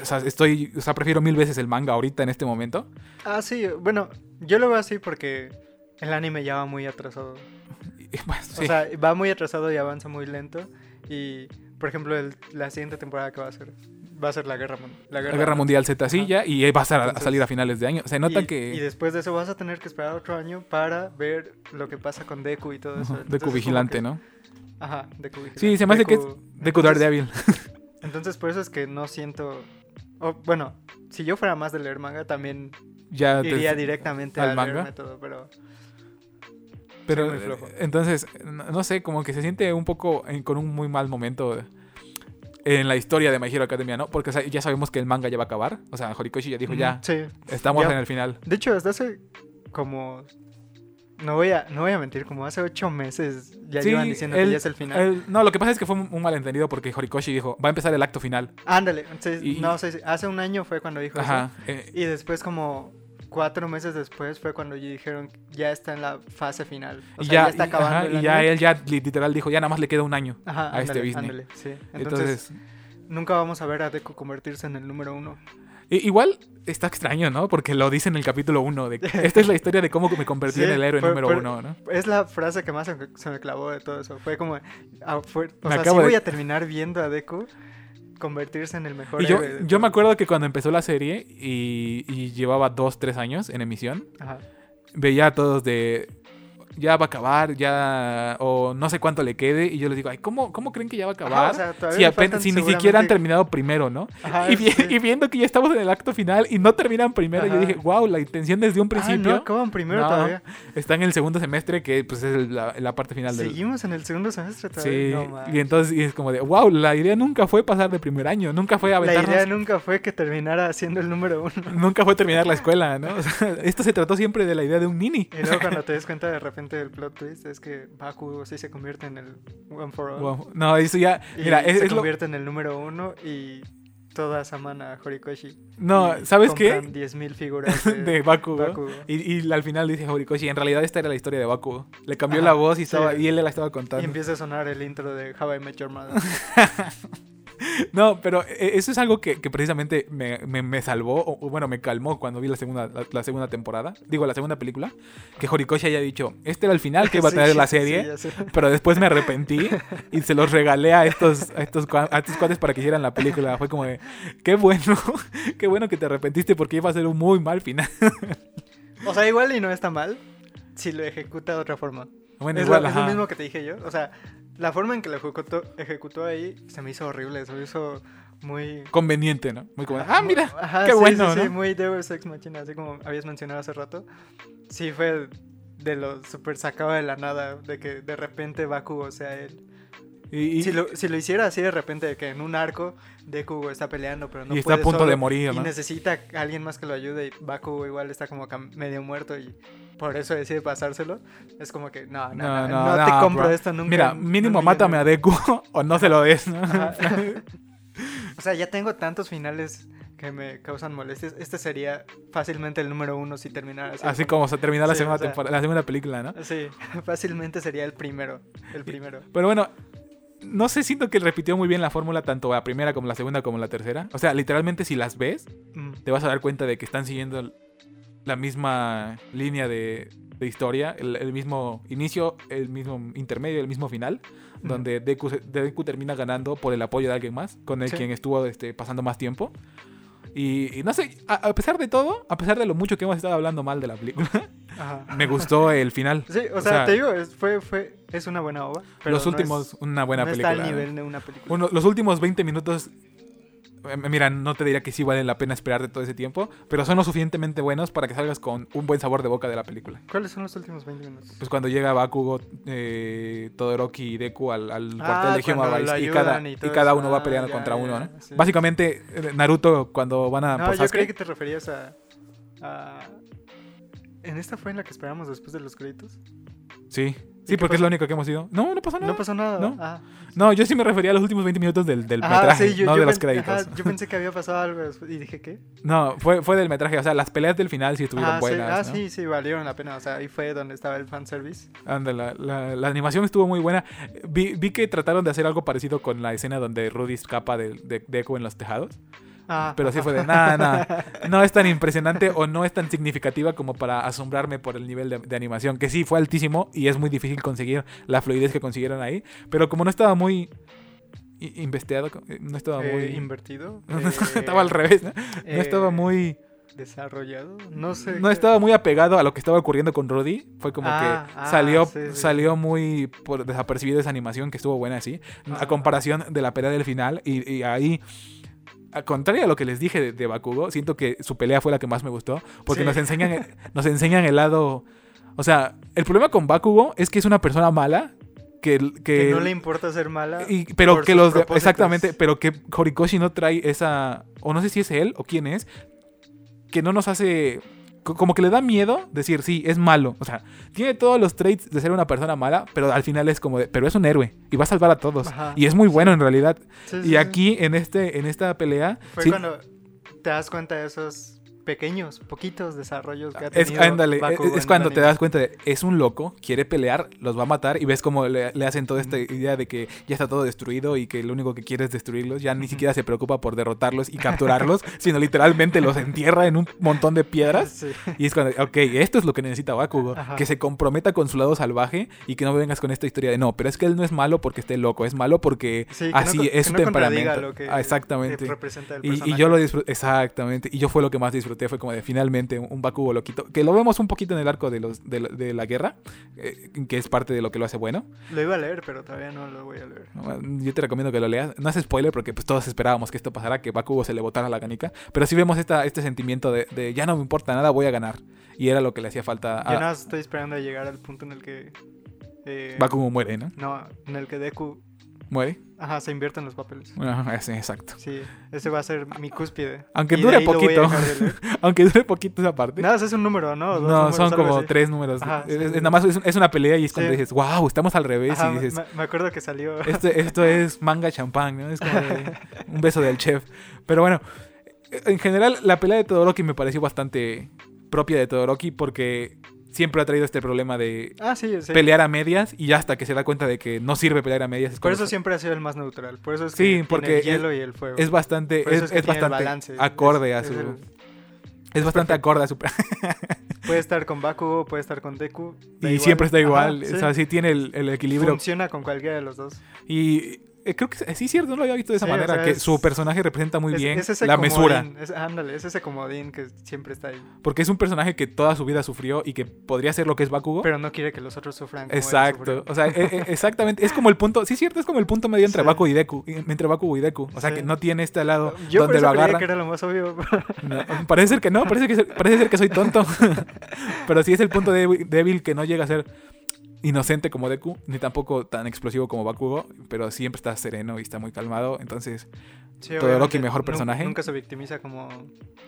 Speaker 1: O sea, estoy, o sea, prefiero mil veces el manga ahorita en este momento.
Speaker 2: Ah, sí, bueno, yo lo veo así porque el anime ya va muy atrasado.
Speaker 1: Y, bueno, sí.
Speaker 2: O sea, va muy atrasado y avanza muy lento. Y, por ejemplo, el- la siguiente temporada que va a ser va a ser la guerra, mun-
Speaker 1: La
Speaker 2: la guerra,
Speaker 1: Guerra Mundial Z sí
Speaker 2: Ajá.
Speaker 1: ya y va a, sal- a
Speaker 2: Entonces-
Speaker 1: salir a finales de año. Se nota
Speaker 2: y,
Speaker 1: que
Speaker 2: y después de eso vas a tener que esperar otro año para ver lo que pasa con Deku y todo eso.
Speaker 1: Ajá,
Speaker 2: Entonces,
Speaker 1: Deku
Speaker 2: como
Speaker 1: vigilante,
Speaker 2: que-
Speaker 1: ¿no?
Speaker 2: Ajá, Deku vigilante.
Speaker 1: Sí, se me hace que es Deku
Speaker 2: entonces-
Speaker 1: Daredevil.
Speaker 2: Entonces por eso es que no siento... o, bueno, si yo fuera más de leer manga también
Speaker 1: ya te-
Speaker 2: iría directamente
Speaker 1: Ah, ¿al
Speaker 2: a
Speaker 1: manga?
Speaker 2: leerme todo, pero...
Speaker 1: Pero
Speaker 2: muy flojo.
Speaker 1: eh, entonces, no, no sé, como que se siente un poco en- con un muy mal momento en la historia de My Hero Academia, ¿no? Porque o sea, ya sabemos que el manga ya va a acabar. O sea, Horikoshi ya dijo, ya,
Speaker 2: Sí.
Speaker 1: estamos
Speaker 2: ya.
Speaker 1: en el final.
Speaker 2: De hecho, desde hace como... No voy a, no voy a mentir, como hace ocho meses ya
Speaker 1: Sí,
Speaker 2: iban diciendo
Speaker 1: él-
Speaker 2: que ya es el final.
Speaker 1: él- no, lo que pasa es que fue un, un malentendido porque Horikoshi dijo, va a empezar el acto final.
Speaker 2: Ándale, sí,
Speaker 1: Y-
Speaker 2: no sé, si- hace un año fue cuando dijo
Speaker 1: Ajá.
Speaker 2: eso.
Speaker 1: eh,
Speaker 2: Y después como cuatro meses después fue cuando ya dijeron ya está en la fase final. O
Speaker 1: y
Speaker 2: sea,
Speaker 1: ya,
Speaker 2: ya, está
Speaker 1: y- ajá,
Speaker 2: acabando. el
Speaker 1: y ya
Speaker 2: anime.
Speaker 1: él ya li- literal dijo, ya nada más le queda un año.
Speaker 2: Ajá,
Speaker 1: a este
Speaker 2: ándale,
Speaker 1: Disney.
Speaker 2: ándale, sí. Entonces,
Speaker 1: Entonces,
Speaker 2: nunca vamos a ver a Deku convertirse en el número uno.
Speaker 1: i- igual está extraño, ¿no? Porque lo dice en el capítulo 1. Esta es la historia de cómo me convertí
Speaker 2: Sí,
Speaker 1: en el héroe
Speaker 2: fue-
Speaker 1: número
Speaker 2: fue-
Speaker 1: uno, ¿no?
Speaker 2: Es la frase que más se me- se me clavó de todo eso. Fue como, ah, fue- o
Speaker 1: Me
Speaker 2: sea, sí
Speaker 1: acabo de-
Speaker 2: voy a terminar viendo a Deku convertirse en el mejor
Speaker 1: Y yo,
Speaker 2: héroe de
Speaker 1: yo me
Speaker 2: todo.
Speaker 1: acuerdo que cuando empezó la serie y, y llevaba dos, tres años en emisión,
Speaker 2: Ajá.
Speaker 1: veía a todos de ya va a acabar, ya o no sé cuánto le quede y yo les digo, ay, ¿cómo, cómo creen que ya va a acabar?
Speaker 2: Ajá, o sea, todavía
Speaker 1: si,
Speaker 2: le
Speaker 1: apenas-
Speaker 2: faltan
Speaker 1: si ni siquiera han
Speaker 2: seguramente-
Speaker 1: terminado primero, ¿no?
Speaker 2: Ajá,
Speaker 1: y, vi-
Speaker 2: sí. Ah,
Speaker 1: y viendo que ya estamos en el acto final y no terminan primero, yo
Speaker 2: Ajá.
Speaker 1: dije, wow, la intención desde un
Speaker 2: Ah, no,
Speaker 1: principio
Speaker 2: acaban primero
Speaker 1: No,
Speaker 2: todavía.
Speaker 1: está en el segundo semestre, que pues es el- la, la parte final del...
Speaker 2: Seguimos en el segundo semestre todavía.
Speaker 1: Sí,
Speaker 2: No, man.
Speaker 1: y entonces y es como de, wow, la idea nunca fue pasar de primer año, nunca fue
Speaker 2: La
Speaker 1: aventarnos
Speaker 2: idea nunca fue que terminara siendo el número uno.
Speaker 1: Nunca fue terminar la escuela, ¿no? O sea, esto se trató siempre de la idea de un nini.
Speaker 2: Y luego cuando te des cuenta de repente del plot twist es que Baku sí se convierte en el One for All.
Speaker 1: Wow. No, eso ya.
Speaker 2: Y
Speaker 1: Mira, es,
Speaker 2: se
Speaker 1: es lo.
Speaker 2: convierte en el número uno y todas aman a Horikoshi.
Speaker 1: No, ¿sabes qué?
Speaker 2: 10.000 figuras de,
Speaker 1: De Bakugo.
Speaker 2: Bakugo.
Speaker 1: Y, y al final dice Horikoshi, en realidad esta era la historia de Bakugo. Le cambió
Speaker 2: Ajá,
Speaker 1: la voz y,
Speaker 2: sí.
Speaker 1: estaba, y él le la estaba
Speaker 2: Y
Speaker 1: contando.
Speaker 2: empieza a sonar el intro de How I Met Your Mother.
Speaker 1: No, pero eh, eso es algo que, que precisamente me, me- me salvó, o o bueno, me calmó cuando vi la segunda, la, la segunda temporada, digo, la segunda película, que Horikoshi haya dicho, este era el final que iba a
Speaker 2: Sí,
Speaker 1: traer la
Speaker 2: sí,
Speaker 1: serie,
Speaker 2: ya sé.
Speaker 1: Pero después me arrepentí y se los regalé a estos, a estos, cua- a estos cuates para que hicieran la película. Fue como de, qué bueno, qué bueno que te arrepentiste porque iba a ser un muy mal final.
Speaker 2: O sea, igual y no está mal si lo ejecuta de otra forma.
Speaker 1: Bueno,
Speaker 2: es,
Speaker 1: igual,
Speaker 2: lo, es lo
Speaker 1: ajá.
Speaker 2: mismo que te dije yo. O sea, la forma en que lo ejecutó, ejecutó ahí se me hizo horrible. Se me hizo muy.
Speaker 1: Conveniente, ¿no? Muy como, ah, mira,
Speaker 2: Ajá,
Speaker 1: qué
Speaker 2: sí,
Speaker 1: bueno,
Speaker 2: Sí, sí,
Speaker 1: ¿no?
Speaker 2: muy Deus Ex Machina, así como habías mencionado hace rato. Sí, fue de lo súper sacado de la nada, de que de repente Bakugo sea él.
Speaker 1: Y, y-
Speaker 2: Si lo, si lo hiciera así de repente, de que en un arco Deku está peleando, pero no
Speaker 1: y está a
Speaker 2: puede
Speaker 1: punto
Speaker 2: solo,
Speaker 1: de morir,
Speaker 2: Y
Speaker 1: ¿no?
Speaker 2: necesita a alguien más que lo ayude y Bakugo igual está como cam- medio muerto y por eso decide pasárselo. Es como que no, no,
Speaker 1: No,
Speaker 2: no,
Speaker 1: no,
Speaker 2: no te
Speaker 1: no,
Speaker 2: compro
Speaker 1: bro.
Speaker 2: esto nunca.
Speaker 1: Mira,
Speaker 2: en un
Speaker 1: mínimo
Speaker 2: millón
Speaker 1: mátame
Speaker 2: de-
Speaker 1: a Deku o no se lo des, ¿no?
Speaker 2: Ajá. O sea, ya tengo tantos finales que me causan molestias. Este sería fácilmente el número uno si terminara así.
Speaker 1: Así como se terminó la
Speaker 2: Sí,
Speaker 1: segunda
Speaker 2: o sea.
Speaker 1: temporada, la segunda película, ¿no?
Speaker 2: Sí, fácilmente sería el primero. El primero.
Speaker 1: Pero bueno, no sé, siento que repitió muy bien la fórmula tanto la primera como la segunda como la tercera. O sea, literalmente si las ves,
Speaker 2: Mm.
Speaker 1: te vas a dar cuenta de que están siguiendo la misma línea de, de historia, el, el mismo inicio, el mismo intermedio, el mismo final,
Speaker 2: Ujú.
Speaker 1: donde Deku, se- Deku termina ganando por el apoyo de alguien más, con el
Speaker 2: Sí.
Speaker 1: quien estuvo este, pasando más tiempo. Y, y no sé, a, a pesar de todo, a pesar de lo mucho que hemos estado hablando mal de la película,
Speaker 2: Ajá.
Speaker 1: me gustó el final.
Speaker 2: Sí, o,
Speaker 1: O
Speaker 2: sea,
Speaker 1: sea,
Speaker 2: te digo, es, fue, fue, es una buena ova. pero
Speaker 1: los
Speaker 2: no
Speaker 1: últimos,
Speaker 2: es-
Speaker 1: una buena
Speaker 2: no
Speaker 1: película.
Speaker 2: Está al
Speaker 1: ¿no?
Speaker 2: nivel de una película.
Speaker 1: Uno- los últimos 20 minutos. eh, Mira, no te diría que sí vale la pena esperar de todo ese tiempo, pero son lo suficientemente buenos para que salgas con un buen sabor de boca de la película.
Speaker 2: ¿Cuáles son los últimos 20 minutos?
Speaker 1: Pues cuando llega Bakugo, eh, Todoroki y Deku al, al
Speaker 2: Ah,
Speaker 1: cuartel de
Speaker 2: cuando lo
Speaker 1: Hima y
Speaker 2: ayudan
Speaker 1: cada,
Speaker 2: y
Speaker 1: y
Speaker 2: todo
Speaker 1: cada
Speaker 2: eso.
Speaker 1: uno va
Speaker 2: Ah,
Speaker 1: peleando
Speaker 2: ya,
Speaker 1: contra
Speaker 2: ya,
Speaker 1: uno, ¿no?
Speaker 2: ya, sí.
Speaker 1: Básicamente, eh, Naruto cuando van a
Speaker 2: No,
Speaker 1: por
Speaker 2: yo
Speaker 1: Sasuke,
Speaker 2: creí que te referías a, a- ¿En esta fue en la que esperamos después de los créditos?
Speaker 1: Sí,
Speaker 2: qué
Speaker 1: sí, porque es
Speaker 2: pasó?
Speaker 1: lo único que hemos ido. No, no pasó nada.
Speaker 2: No pasó nada.
Speaker 1: no.
Speaker 2: Ah.
Speaker 1: No, yo sí me refería a los últimos 20 minutos del, del
Speaker 2: Ajá,
Speaker 1: metraje,
Speaker 2: Ah, sí, yo-
Speaker 1: no
Speaker 2: yo
Speaker 1: de los
Speaker 2: pen-
Speaker 1: créditos.
Speaker 2: ajá, yo pensé que había pasado algo después y dije, ¿qué?
Speaker 1: No, fue, fue del metraje, o sea, las peleas del final sí estuvieron
Speaker 2: Ah, sí,
Speaker 1: buenas.
Speaker 2: ah,
Speaker 1: ¿no?
Speaker 2: sí, sí, valieron la pena. O sea, ahí fue donde estaba el fanservice.
Speaker 1: Anda, la, la- la animación estuvo muy buena. Vi, vi que trataron de hacer algo parecido con la escena donde Rudy escapa de, de, de Echo en los tejados.
Speaker 2: Ah,
Speaker 1: Pero sí fue de, nada, nada. No es tan impresionante o no es tan significativa como para asombrarme por el nivel de, de animación, que sí fue altísimo y es muy difícil conseguir la fluidez que consiguieron ahí. Pero como no estaba muy i- investeado, co- eh, no estaba muy...
Speaker 2: Eh, invertido.
Speaker 1: no, no,
Speaker 2: eh,
Speaker 1: estaba al revés, ¿no? No estaba
Speaker 2: eh,
Speaker 1: muy...
Speaker 2: Desarrollado. No sé.
Speaker 1: No
Speaker 2: qué-
Speaker 1: estaba muy apegado a lo que estaba ocurriendo con Rudy. Fue como
Speaker 2: Ah,
Speaker 1: que
Speaker 2: ah,
Speaker 1: salió,
Speaker 2: sí, sí.
Speaker 1: salió muy por desapercibido esa animación que estuvo buena así.
Speaker 2: Ah.
Speaker 1: A comparación de la pelea del final. Y, y ahí, a contrario a lo que les dije de, de Bakugo, siento que su pelea fue la que más me gustó. Porque
Speaker 2: Sí.
Speaker 1: nos, enseñan, el- nos enseñan el lado. O sea, el problema con Bakugo es que es una persona mala. Que, que,
Speaker 2: Que no le importa ser mala.
Speaker 1: y- pero
Speaker 2: por
Speaker 1: que
Speaker 2: sus
Speaker 1: los de-
Speaker 2: propósitos.
Speaker 1: exactamente pero que Horikoshi no trae esa o no sé si es él o quién es que no nos hace co- como que le da miedo decir sí es malo o sea tiene todos los traits de ser una persona mala pero al final es como de pero es un héroe y va a salvar a todos
Speaker 2: Ajá.
Speaker 1: y es muy bueno en realidad
Speaker 2: Sí, sí,
Speaker 1: y
Speaker 2: sí.
Speaker 1: aquí en este en esta pelea
Speaker 2: Fue
Speaker 1: sí,
Speaker 2: cuando te das cuenta de esos pequeños, poquitos desarrollos que ha
Speaker 1: es,
Speaker 2: tenido
Speaker 1: ándale, es-
Speaker 2: Bakugo
Speaker 1: es,
Speaker 2: en
Speaker 1: cuando
Speaker 2: el
Speaker 1: te
Speaker 2: anime.
Speaker 1: das cuenta de es un loco, quiere pelear, los va a matar y ves como le, le hacen toda esta idea de que ya está todo destruido y que lo único que quiere es destruirlos, ya ni
Speaker 2: Ujú.
Speaker 1: siquiera se preocupa por derrotarlos y capturarlos, sino literalmente los entierra en un montón de piedras.
Speaker 2: Sí.
Speaker 1: Y es cuando, ok, esto es lo que necesita Bakugo,
Speaker 2: Ajá.
Speaker 1: que se comprometa con su lado salvaje y que no vengas con esta historia de no, pero es que él no es malo porque esté loco, es malo porque
Speaker 2: Sí, que no
Speaker 1: así
Speaker 2: co- que
Speaker 1: es su
Speaker 2: no contradiga
Speaker 1: temperamento.
Speaker 2: lo que-
Speaker 1: Ah, exactamente.
Speaker 2: que representa el
Speaker 1: Y, y
Speaker 2: personaje.
Speaker 1: yo lo disfruté, exactamente. Y yo fue lo que más disfruté, fue como de finalmente un- un Bakugo loquito. Que lo vemos un poquito en el arco de, los, de, la- de la guerra, eh, que es parte de lo que lo hace bueno.
Speaker 2: Lo iba a leer, pero todavía no lo voy a leer.
Speaker 1: Yo te recomiendo que lo leas. No hace spoiler porque pues, todos esperábamos que esto pasara, que Bakugo se le botara la canica. Pero sí vemos esta, este sentimiento de, de ya no me importa nada, voy a ganar. Y era lo que le hacía falta
Speaker 2: Yo nada
Speaker 1: a
Speaker 2: más estoy esperando a llegar al punto en el que. eh,
Speaker 1: Bakugo muere, ¿no?
Speaker 2: No, en el que Deku.
Speaker 1: Muere.
Speaker 2: Ajá, se invierten los papeles.
Speaker 1: Ajá, sí, exacto.
Speaker 2: Sí, ese va a ser mi cúspide.
Speaker 1: Aunque
Speaker 2: Y de
Speaker 1: dure
Speaker 2: ahí lo voy a
Speaker 1: poquito.
Speaker 2: dejar de leer.
Speaker 1: Aunque dure poquito esa parte.
Speaker 2: Nada, más es un número, ¿no? Dos
Speaker 1: No,
Speaker 2: números,
Speaker 1: son
Speaker 2: algo
Speaker 1: como
Speaker 2: así.
Speaker 1: tres números.
Speaker 2: Ajá,
Speaker 1: es,
Speaker 2: sí,
Speaker 1: es-
Speaker 2: sí.
Speaker 1: nada más es, es una pelea y es cuando
Speaker 2: Sí.
Speaker 1: dices, wow, estamos al revés.
Speaker 2: Ajá,
Speaker 1: y
Speaker 2: me-
Speaker 1: dices,
Speaker 2: me acuerdo que salió.
Speaker 1: Esto, Este, esto es manga champán, ¿no? Es como de un beso del chef. Pero bueno, en general, la pelea de Todoroki me pareció bastante propia de Todoroki porque siempre ha traído este problema de
Speaker 2: Ah, sí, sí.
Speaker 1: pelear a medias y ya hasta que se da cuenta de que no sirve pelear a medias. es
Speaker 2: Por
Speaker 1: cuando
Speaker 2: eso
Speaker 1: se-
Speaker 2: siempre ha sido el más neutral. Por eso es que
Speaker 1: Sí,
Speaker 2: tiene
Speaker 1: porque
Speaker 2: el hielo y el fuego.
Speaker 1: es bastante,
Speaker 2: Por eso
Speaker 1: es,
Speaker 2: es que
Speaker 1: es
Speaker 2: tiene el
Speaker 1: bastante
Speaker 2: balance, es-
Speaker 1: acorde a
Speaker 2: es
Speaker 1: su. Es,
Speaker 2: el-
Speaker 1: bastante acorde a su.
Speaker 2: Puede estar con Bakugo, puede estar con Deku.
Speaker 1: y
Speaker 2: da
Speaker 1: siempre está igual.
Speaker 2: Ajá, sí.
Speaker 1: O sea, sí tiene el, el equilibrio
Speaker 2: Funciona con cualquiera de los dos.
Speaker 1: Y eh, creo que sí es cierto, no lo había visto de esa
Speaker 2: Sí, o
Speaker 1: manera,
Speaker 2: sea,
Speaker 1: que
Speaker 2: es-
Speaker 1: su personaje representa muy
Speaker 2: Es-
Speaker 1: bien
Speaker 2: es ese
Speaker 1: la
Speaker 2: comodín,
Speaker 1: mesura,
Speaker 2: es- ándale, es ese comodín que siempre está ahí.
Speaker 1: porque es un personaje que toda su vida sufrió y que podría ser lo que es Bakugo.
Speaker 2: Pero no quiere que los otros sufran. como él
Speaker 1: Exacto,
Speaker 2: sufrió.
Speaker 1: o sea, e- e- exactamente, es como el punto, sí es cierto, es como el punto medio entre
Speaker 2: Sí.
Speaker 1: Bakugo y Deku, y- entre Bakugo y Deku, o sea,
Speaker 2: Sí.
Speaker 1: que no tiene este lado
Speaker 2: Yo por
Speaker 1: donde
Speaker 2: eso
Speaker 1: lo
Speaker 2: creía
Speaker 1: agarra.
Speaker 2: que era lo más obvio.
Speaker 1: No, parece ser que no, parece, que, parece ser que soy tonto, pero sí es el punto débil, débil que no llega a ser inocente como Deku, ni tampoco tan explosivo como Bakugo, pero siempre está sereno y está muy calmado, entonces
Speaker 2: Sí,
Speaker 1: Todoroki,
Speaker 2: obviamente,
Speaker 1: mejor
Speaker 2: nun-
Speaker 1: personaje.
Speaker 2: Nunca se victimiza como,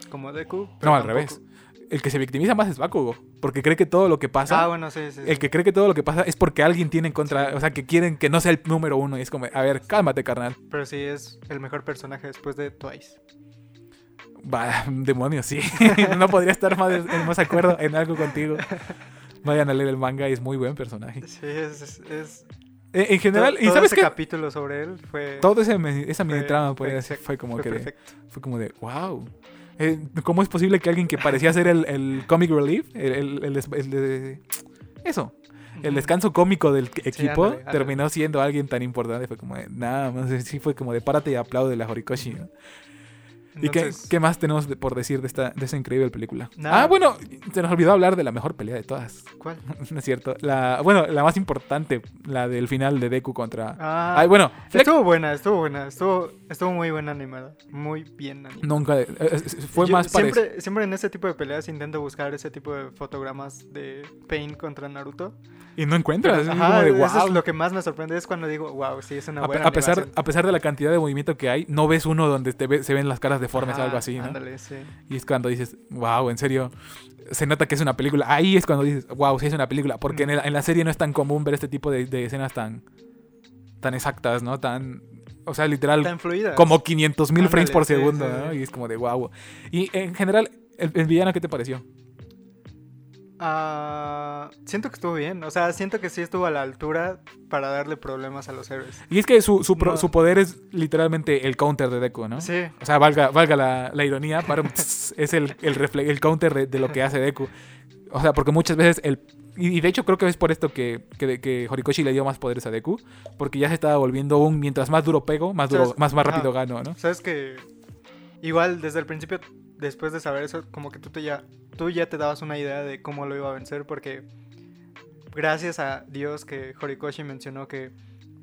Speaker 2: como Deku.
Speaker 1: No, al revés. el que se victimiza más es Bakugo, porque cree que todo lo que pasa,
Speaker 2: Ah, bueno, sí, sí. sí.
Speaker 1: el que cree que todo lo que pasa es porque alguien tiene en contra, o sea, que quieren que no sea el número uno, y es como, a ver, cálmate, carnal.
Speaker 2: Pero sí es el mejor personaje después de Twice.
Speaker 1: Va, demonios, sí. no podría estar más en más acuerdo en algo contigo. Vayan a leer el manga y es muy buen personaje.
Speaker 2: Sí, es. es- es-
Speaker 1: Eh, En general,
Speaker 2: todo-
Speaker 1: ¿y
Speaker 2: todo
Speaker 1: sabes
Speaker 2: ese
Speaker 1: qué?
Speaker 2: capítulo sobre él fue.
Speaker 1: Todo ese me- esa mini
Speaker 2: fue-
Speaker 1: trama
Speaker 2: fue
Speaker 1: podría decir,
Speaker 2: exacto,
Speaker 1: fue como
Speaker 2: fue
Speaker 1: que de,
Speaker 2: perfecto.
Speaker 1: fue como de, wow. Eh, ¿Cómo es posible que alguien que parecía ser el, el comic relief, el, el- el- el de- eso, el
Speaker 2: Ujú.
Speaker 1: descanso cómico del equipo
Speaker 2: ándale, ándale.
Speaker 1: terminó siendo alguien tan importante. Fue como de, nada más, sí fue como de párate y aplaude la Horikoshi. ¿no? ¿Y qué,
Speaker 2: Entonces,
Speaker 1: qué más tenemos de- por decir de esta, de esta increíble película?
Speaker 2: Nada.
Speaker 1: Ah, bueno, se nos olvidó hablar de la mejor pelea de todas.
Speaker 2: ¿Cuál?
Speaker 1: no es cierto. La, bueno, la más importante, la del final de Deku contra.
Speaker 2: Ah,
Speaker 1: Ay, bueno, Fleck
Speaker 2: Estuvo buena, estuvo buena, estuvo, estuvo muy buena animada, muy bien animada.
Speaker 1: nunca. eh, eh, fue
Speaker 2: Yo
Speaker 1: más parecido.
Speaker 2: siempre, siempre en ese tipo de peleas intento buscar ese tipo de fotogramas de Pain contra Naruto.
Speaker 1: Y no encuentras. es
Speaker 2: Ajá,
Speaker 1: como de,
Speaker 2: eso
Speaker 1: "Wow".
Speaker 2: es lo que más me sorprende es cuando digo, wow, sí, es una
Speaker 1: a, pe-
Speaker 2: buena
Speaker 1: a pesar,
Speaker 2: animación".
Speaker 1: a pesar de la cantidad de movimiento que hay, no ves uno donde te ve- se ven las caras deformes o algo
Speaker 2: Ajá,
Speaker 1: así, ¿no?
Speaker 2: ándale, sí.
Speaker 1: Y es cuando dices, wow, en serio, se nota que es una película. Ahí es cuando dices, wow, sí es una película. Porque en,
Speaker 2: Mm.
Speaker 1: el- en la serie no es tan común ver este tipo de, de escenas tan, tan exactas, ¿no? Tan, o sea, literal,
Speaker 2: Tan fluida.
Speaker 1: como 500 mil frames
Speaker 2: Ándale,
Speaker 1: por
Speaker 2: sí,
Speaker 1: segundo,
Speaker 2: sí,
Speaker 1: ¿no?
Speaker 2: sí.
Speaker 1: Y es como de wow. Y en general, ¿el, el villano qué te pareció?
Speaker 2: Ah, siento que estuvo bien, o sea, siento que sí estuvo a la altura para darle problemas a los héroes.
Speaker 1: Y es que su, su, pro-
Speaker 2: No.
Speaker 1: su poder es literalmente el counter de Deku, ¿no?
Speaker 2: Sí,
Speaker 1: O sea, valga, valga la, la ironía, para un tss, es el, el, refle- el counter de, de lo que hace Deku. O sea, porque muchas veces el... Y y de hecho creo que es por esto que, que, que Horikoshi le dio más poderes a Deku. Porque ya se estaba volviendo un... Mientras más duro pego, más, duro,
Speaker 2: ¿Sabes?
Speaker 1: más, más rápido
Speaker 2: Ajá. pues
Speaker 1: gano, ¿no?
Speaker 2: Sabes que igual desde el principio, después de saber eso, como que tú, te ya, tú ya te dabas una idea de cómo lo iba a vencer porque gracias a Dios que Horikoshi mencionó que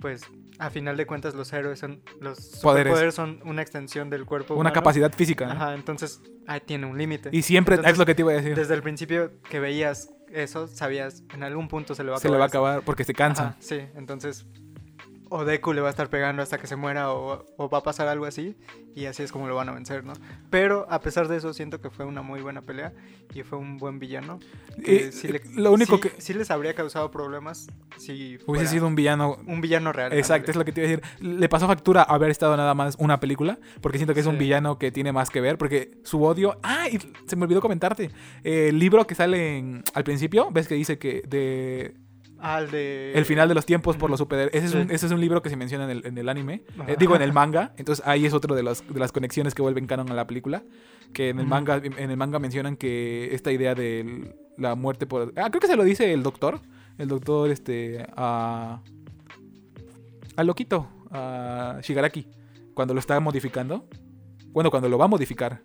Speaker 2: pues a final de cuentas los héroes son los
Speaker 1: Poderes.
Speaker 2: poderes son una extensión del cuerpo.
Speaker 1: Una
Speaker 2: humano.
Speaker 1: capacidad física. ¿no?
Speaker 2: Ajá, entonces ahí tiene un límite.
Speaker 1: Y siempre
Speaker 2: Entonces,
Speaker 1: es lo que te iba a decir.
Speaker 2: Desde el principio que veías eso, sabías en algún punto se le va a
Speaker 1: se le va a
Speaker 2: esto.
Speaker 1: acabar porque se cansa.
Speaker 2: Ajá, sí, entonces o Deku le va a estar pegando hasta que se muera o, o va a pasar algo así y así es como lo van a vencer, ¿no? Pero a pesar de eso siento que fue una muy buena pelea y fue un buen villano. que
Speaker 1: Eh,
Speaker 2: sí le-
Speaker 1: lo único
Speaker 2: sí-
Speaker 1: que
Speaker 2: sí les habría causado problemas si fuera
Speaker 1: hubiese sido un villano
Speaker 2: un villano real.
Speaker 1: Exacto, es
Speaker 2: ándale.
Speaker 1: lo que te iba a decir. Le pasó factura haber estado nada más una película, porque siento que es un
Speaker 2: Sí.
Speaker 1: villano que tiene más que ver, porque su odio... Ah, y se me olvidó comentarte. Eh, el libro que sale en- al principio, ves que dice que de
Speaker 2: Ah, el de
Speaker 1: el final de los tiempos por los superhéroes. Ese, es un-
Speaker 2: Sí.
Speaker 1: ese es un libro que se menciona en el, en el anime, eh,
Speaker 2: Ajá.
Speaker 1: digo en el manga, entonces ahí es otro de, los- de las conexiones que vuelven canon a la película, que en el
Speaker 2: Ujú.
Speaker 1: manga, en el manga mencionan que esta idea de la muerte por... Ah, creo que se lo dice el doctor, el doctor este... a al loquito, a Shigaraki, cuando lo está modificando. Bueno, cuando lo va a modificar.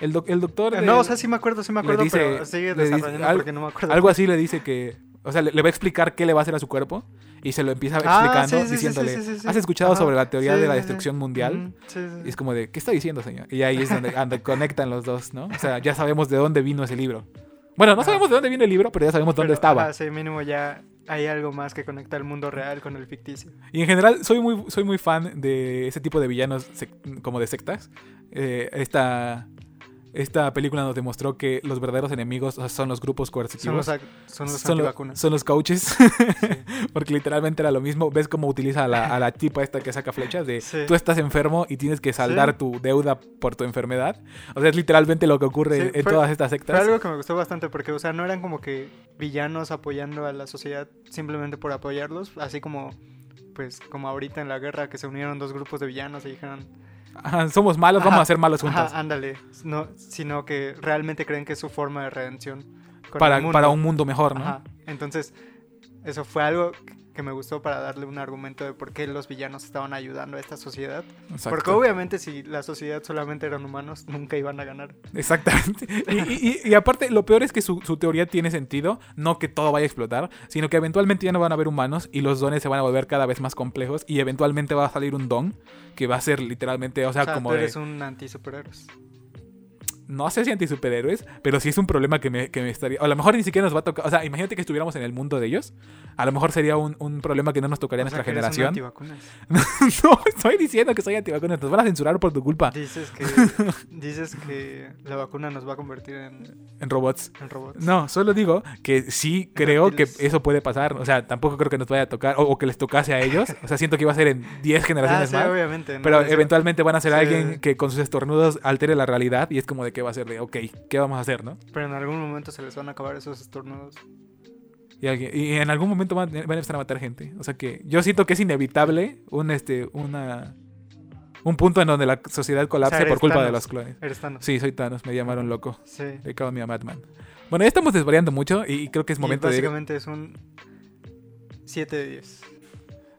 Speaker 1: El, doc- el doctor...
Speaker 2: Ah,
Speaker 1: de-
Speaker 2: No, o sea, sí me acuerdo, sí
Speaker 1: le
Speaker 2: me acuerdo,
Speaker 1: dice-
Speaker 2: pero sigue
Speaker 1: le dice
Speaker 2: desarrollando
Speaker 1: algo-
Speaker 2: porque no me acuerdo.
Speaker 1: Algo así le dice que. O sea, le, le va a explicar qué le va a hacer a su cuerpo. Y se lo empieza
Speaker 2: Ah,
Speaker 1: explicando,
Speaker 2: sí, sí, sí,
Speaker 1: diciéndole.
Speaker 2: sí, sí, sí.
Speaker 1: ¿Has escuchado
Speaker 2: Ajá.
Speaker 1: sobre la teoría
Speaker 2: Sí,
Speaker 1: de la
Speaker 2: sí, sí.
Speaker 1: destrucción mundial?
Speaker 2: Ujú, sí, sí,
Speaker 1: Y es como de, ¿qué está diciendo, señor? Y ahí es donde, donde conectan los dos, ¿no? O sea, ya sabemos de dónde vino ese libro. Bueno, no
Speaker 2: Ajá.
Speaker 1: sabemos de dónde vino el libro, pero ya sabemos dónde
Speaker 2: Ah. Pero,
Speaker 1: estaba.
Speaker 2: ajá, sí, mínimo ya hay algo más que conecta el mundo real con el ficticio.
Speaker 1: Y en general soy muy, soy muy fan de ese tipo de villanos sec- como de sectas. Eh, esta, esta película nos demostró que los verdaderos enemigos o sea, son los grupos
Speaker 2: Son
Speaker 1: coercitivos.
Speaker 2: los, ac- son los
Speaker 1: lo-
Speaker 2: antivacunas.
Speaker 1: son los coaches. Porque literalmente era lo mismo. ¿Ves cómo utiliza a la, a la tipa esta que saca flechas? De
Speaker 2: Sí.
Speaker 1: tú estás enfermo y tienes que saldar
Speaker 2: Sí.
Speaker 1: tu deuda por tu enfermedad. O sea, es literalmente lo que ocurre
Speaker 2: Sí,
Speaker 1: en- en
Speaker 2: fue-
Speaker 1: todas estas
Speaker 2: Fue
Speaker 1: sectas.
Speaker 2: algo que me gustó bastante porque, o sea, no eran como que villanos apoyando a la sociedad simplemente por apoyarlos, así como, pues, como ahorita en la guerra que se unieron dos grupos de villanos y dijeron,
Speaker 1: Ajá, somos malos, vamos
Speaker 2: Ajá,
Speaker 1: a ser malos juntos.
Speaker 2: ajá, ándale, no, sino que realmente creen que es su forma de redención. con el
Speaker 1: para,
Speaker 2: mundo.
Speaker 1: para un mundo mejor, ¿no?
Speaker 2: Ajá. Entonces, eso fue algo que me gustó para darle un argumento de por qué los villanos estaban ayudando a esta sociedad.
Speaker 1: Exacto.
Speaker 2: Porque obviamente si la sociedad solamente eran humanos, nunca iban a ganar.
Speaker 1: Exactamente. Y, y- y- y aparte, lo peor es que su, su teoría tiene sentido, no que todo vaya a explotar, sino que eventualmente ya no van a haber humanos y los dones se van a volver cada vez más complejos y eventualmente va a salir un don que va a ser literalmente, o sea,
Speaker 2: O sea,
Speaker 1: como
Speaker 2: tú
Speaker 1: de...
Speaker 2: eres un anti-superhéroes.
Speaker 1: no sé si anti-superhéroes, pero sí es un problema que me, que me estaría. O a lo mejor ni siquiera nos va a tocar. O sea, imagínate que estuviéramos en el mundo de ellos. A lo mejor sería un, un problema que no nos tocaría a
Speaker 2: O sea,
Speaker 1: nuestra
Speaker 2: que eres un
Speaker 1: generación.
Speaker 2: antivacunas.
Speaker 1: no, estoy diciendo que soy antivacunas. Nos van a censurar por tu culpa
Speaker 2: Dices que, dices que la vacuna nos va a convertir en,
Speaker 1: en robots.
Speaker 2: en robots.
Speaker 1: No, solo digo que sí creo que
Speaker 2: Reptiles.
Speaker 1: eso puede pasar. O sea, tampoco creo que nos vaya a tocar o, o que les tocase a ellos. O sea, siento que iba a ser en 10
Speaker 2: Ah,
Speaker 1: generaciones
Speaker 2: sí,
Speaker 1: más.
Speaker 2: obviamente. ¿no?
Speaker 1: Pero
Speaker 2: O sea,
Speaker 1: eventualmente van a ser
Speaker 2: sí.
Speaker 1: alguien que con sus estornudos altere la realidad y es como de que va a ser de, ok, ¿qué vamos a hacer, no?
Speaker 2: Pero en algún momento se les van a acabar esos estornudos.
Speaker 1: Y, alguien- y en algún momento van, van a empezar a matar gente. O sea que yo siento que es inevitable un, este, una, un punto en donde la sociedad colapse
Speaker 2: eres
Speaker 1: por culpa de
Speaker 2: Thanos.
Speaker 1: los clones.
Speaker 2: Eres Thanos.
Speaker 1: Sí, soy Thanos, me llamaron loco.
Speaker 2: Sí.
Speaker 1: They call me a Madman. Bueno, ya estamos desvariando mucho y creo que es
Speaker 2: Y
Speaker 1: momento de ir.
Speaker 2: básicamente es un 7 de 10.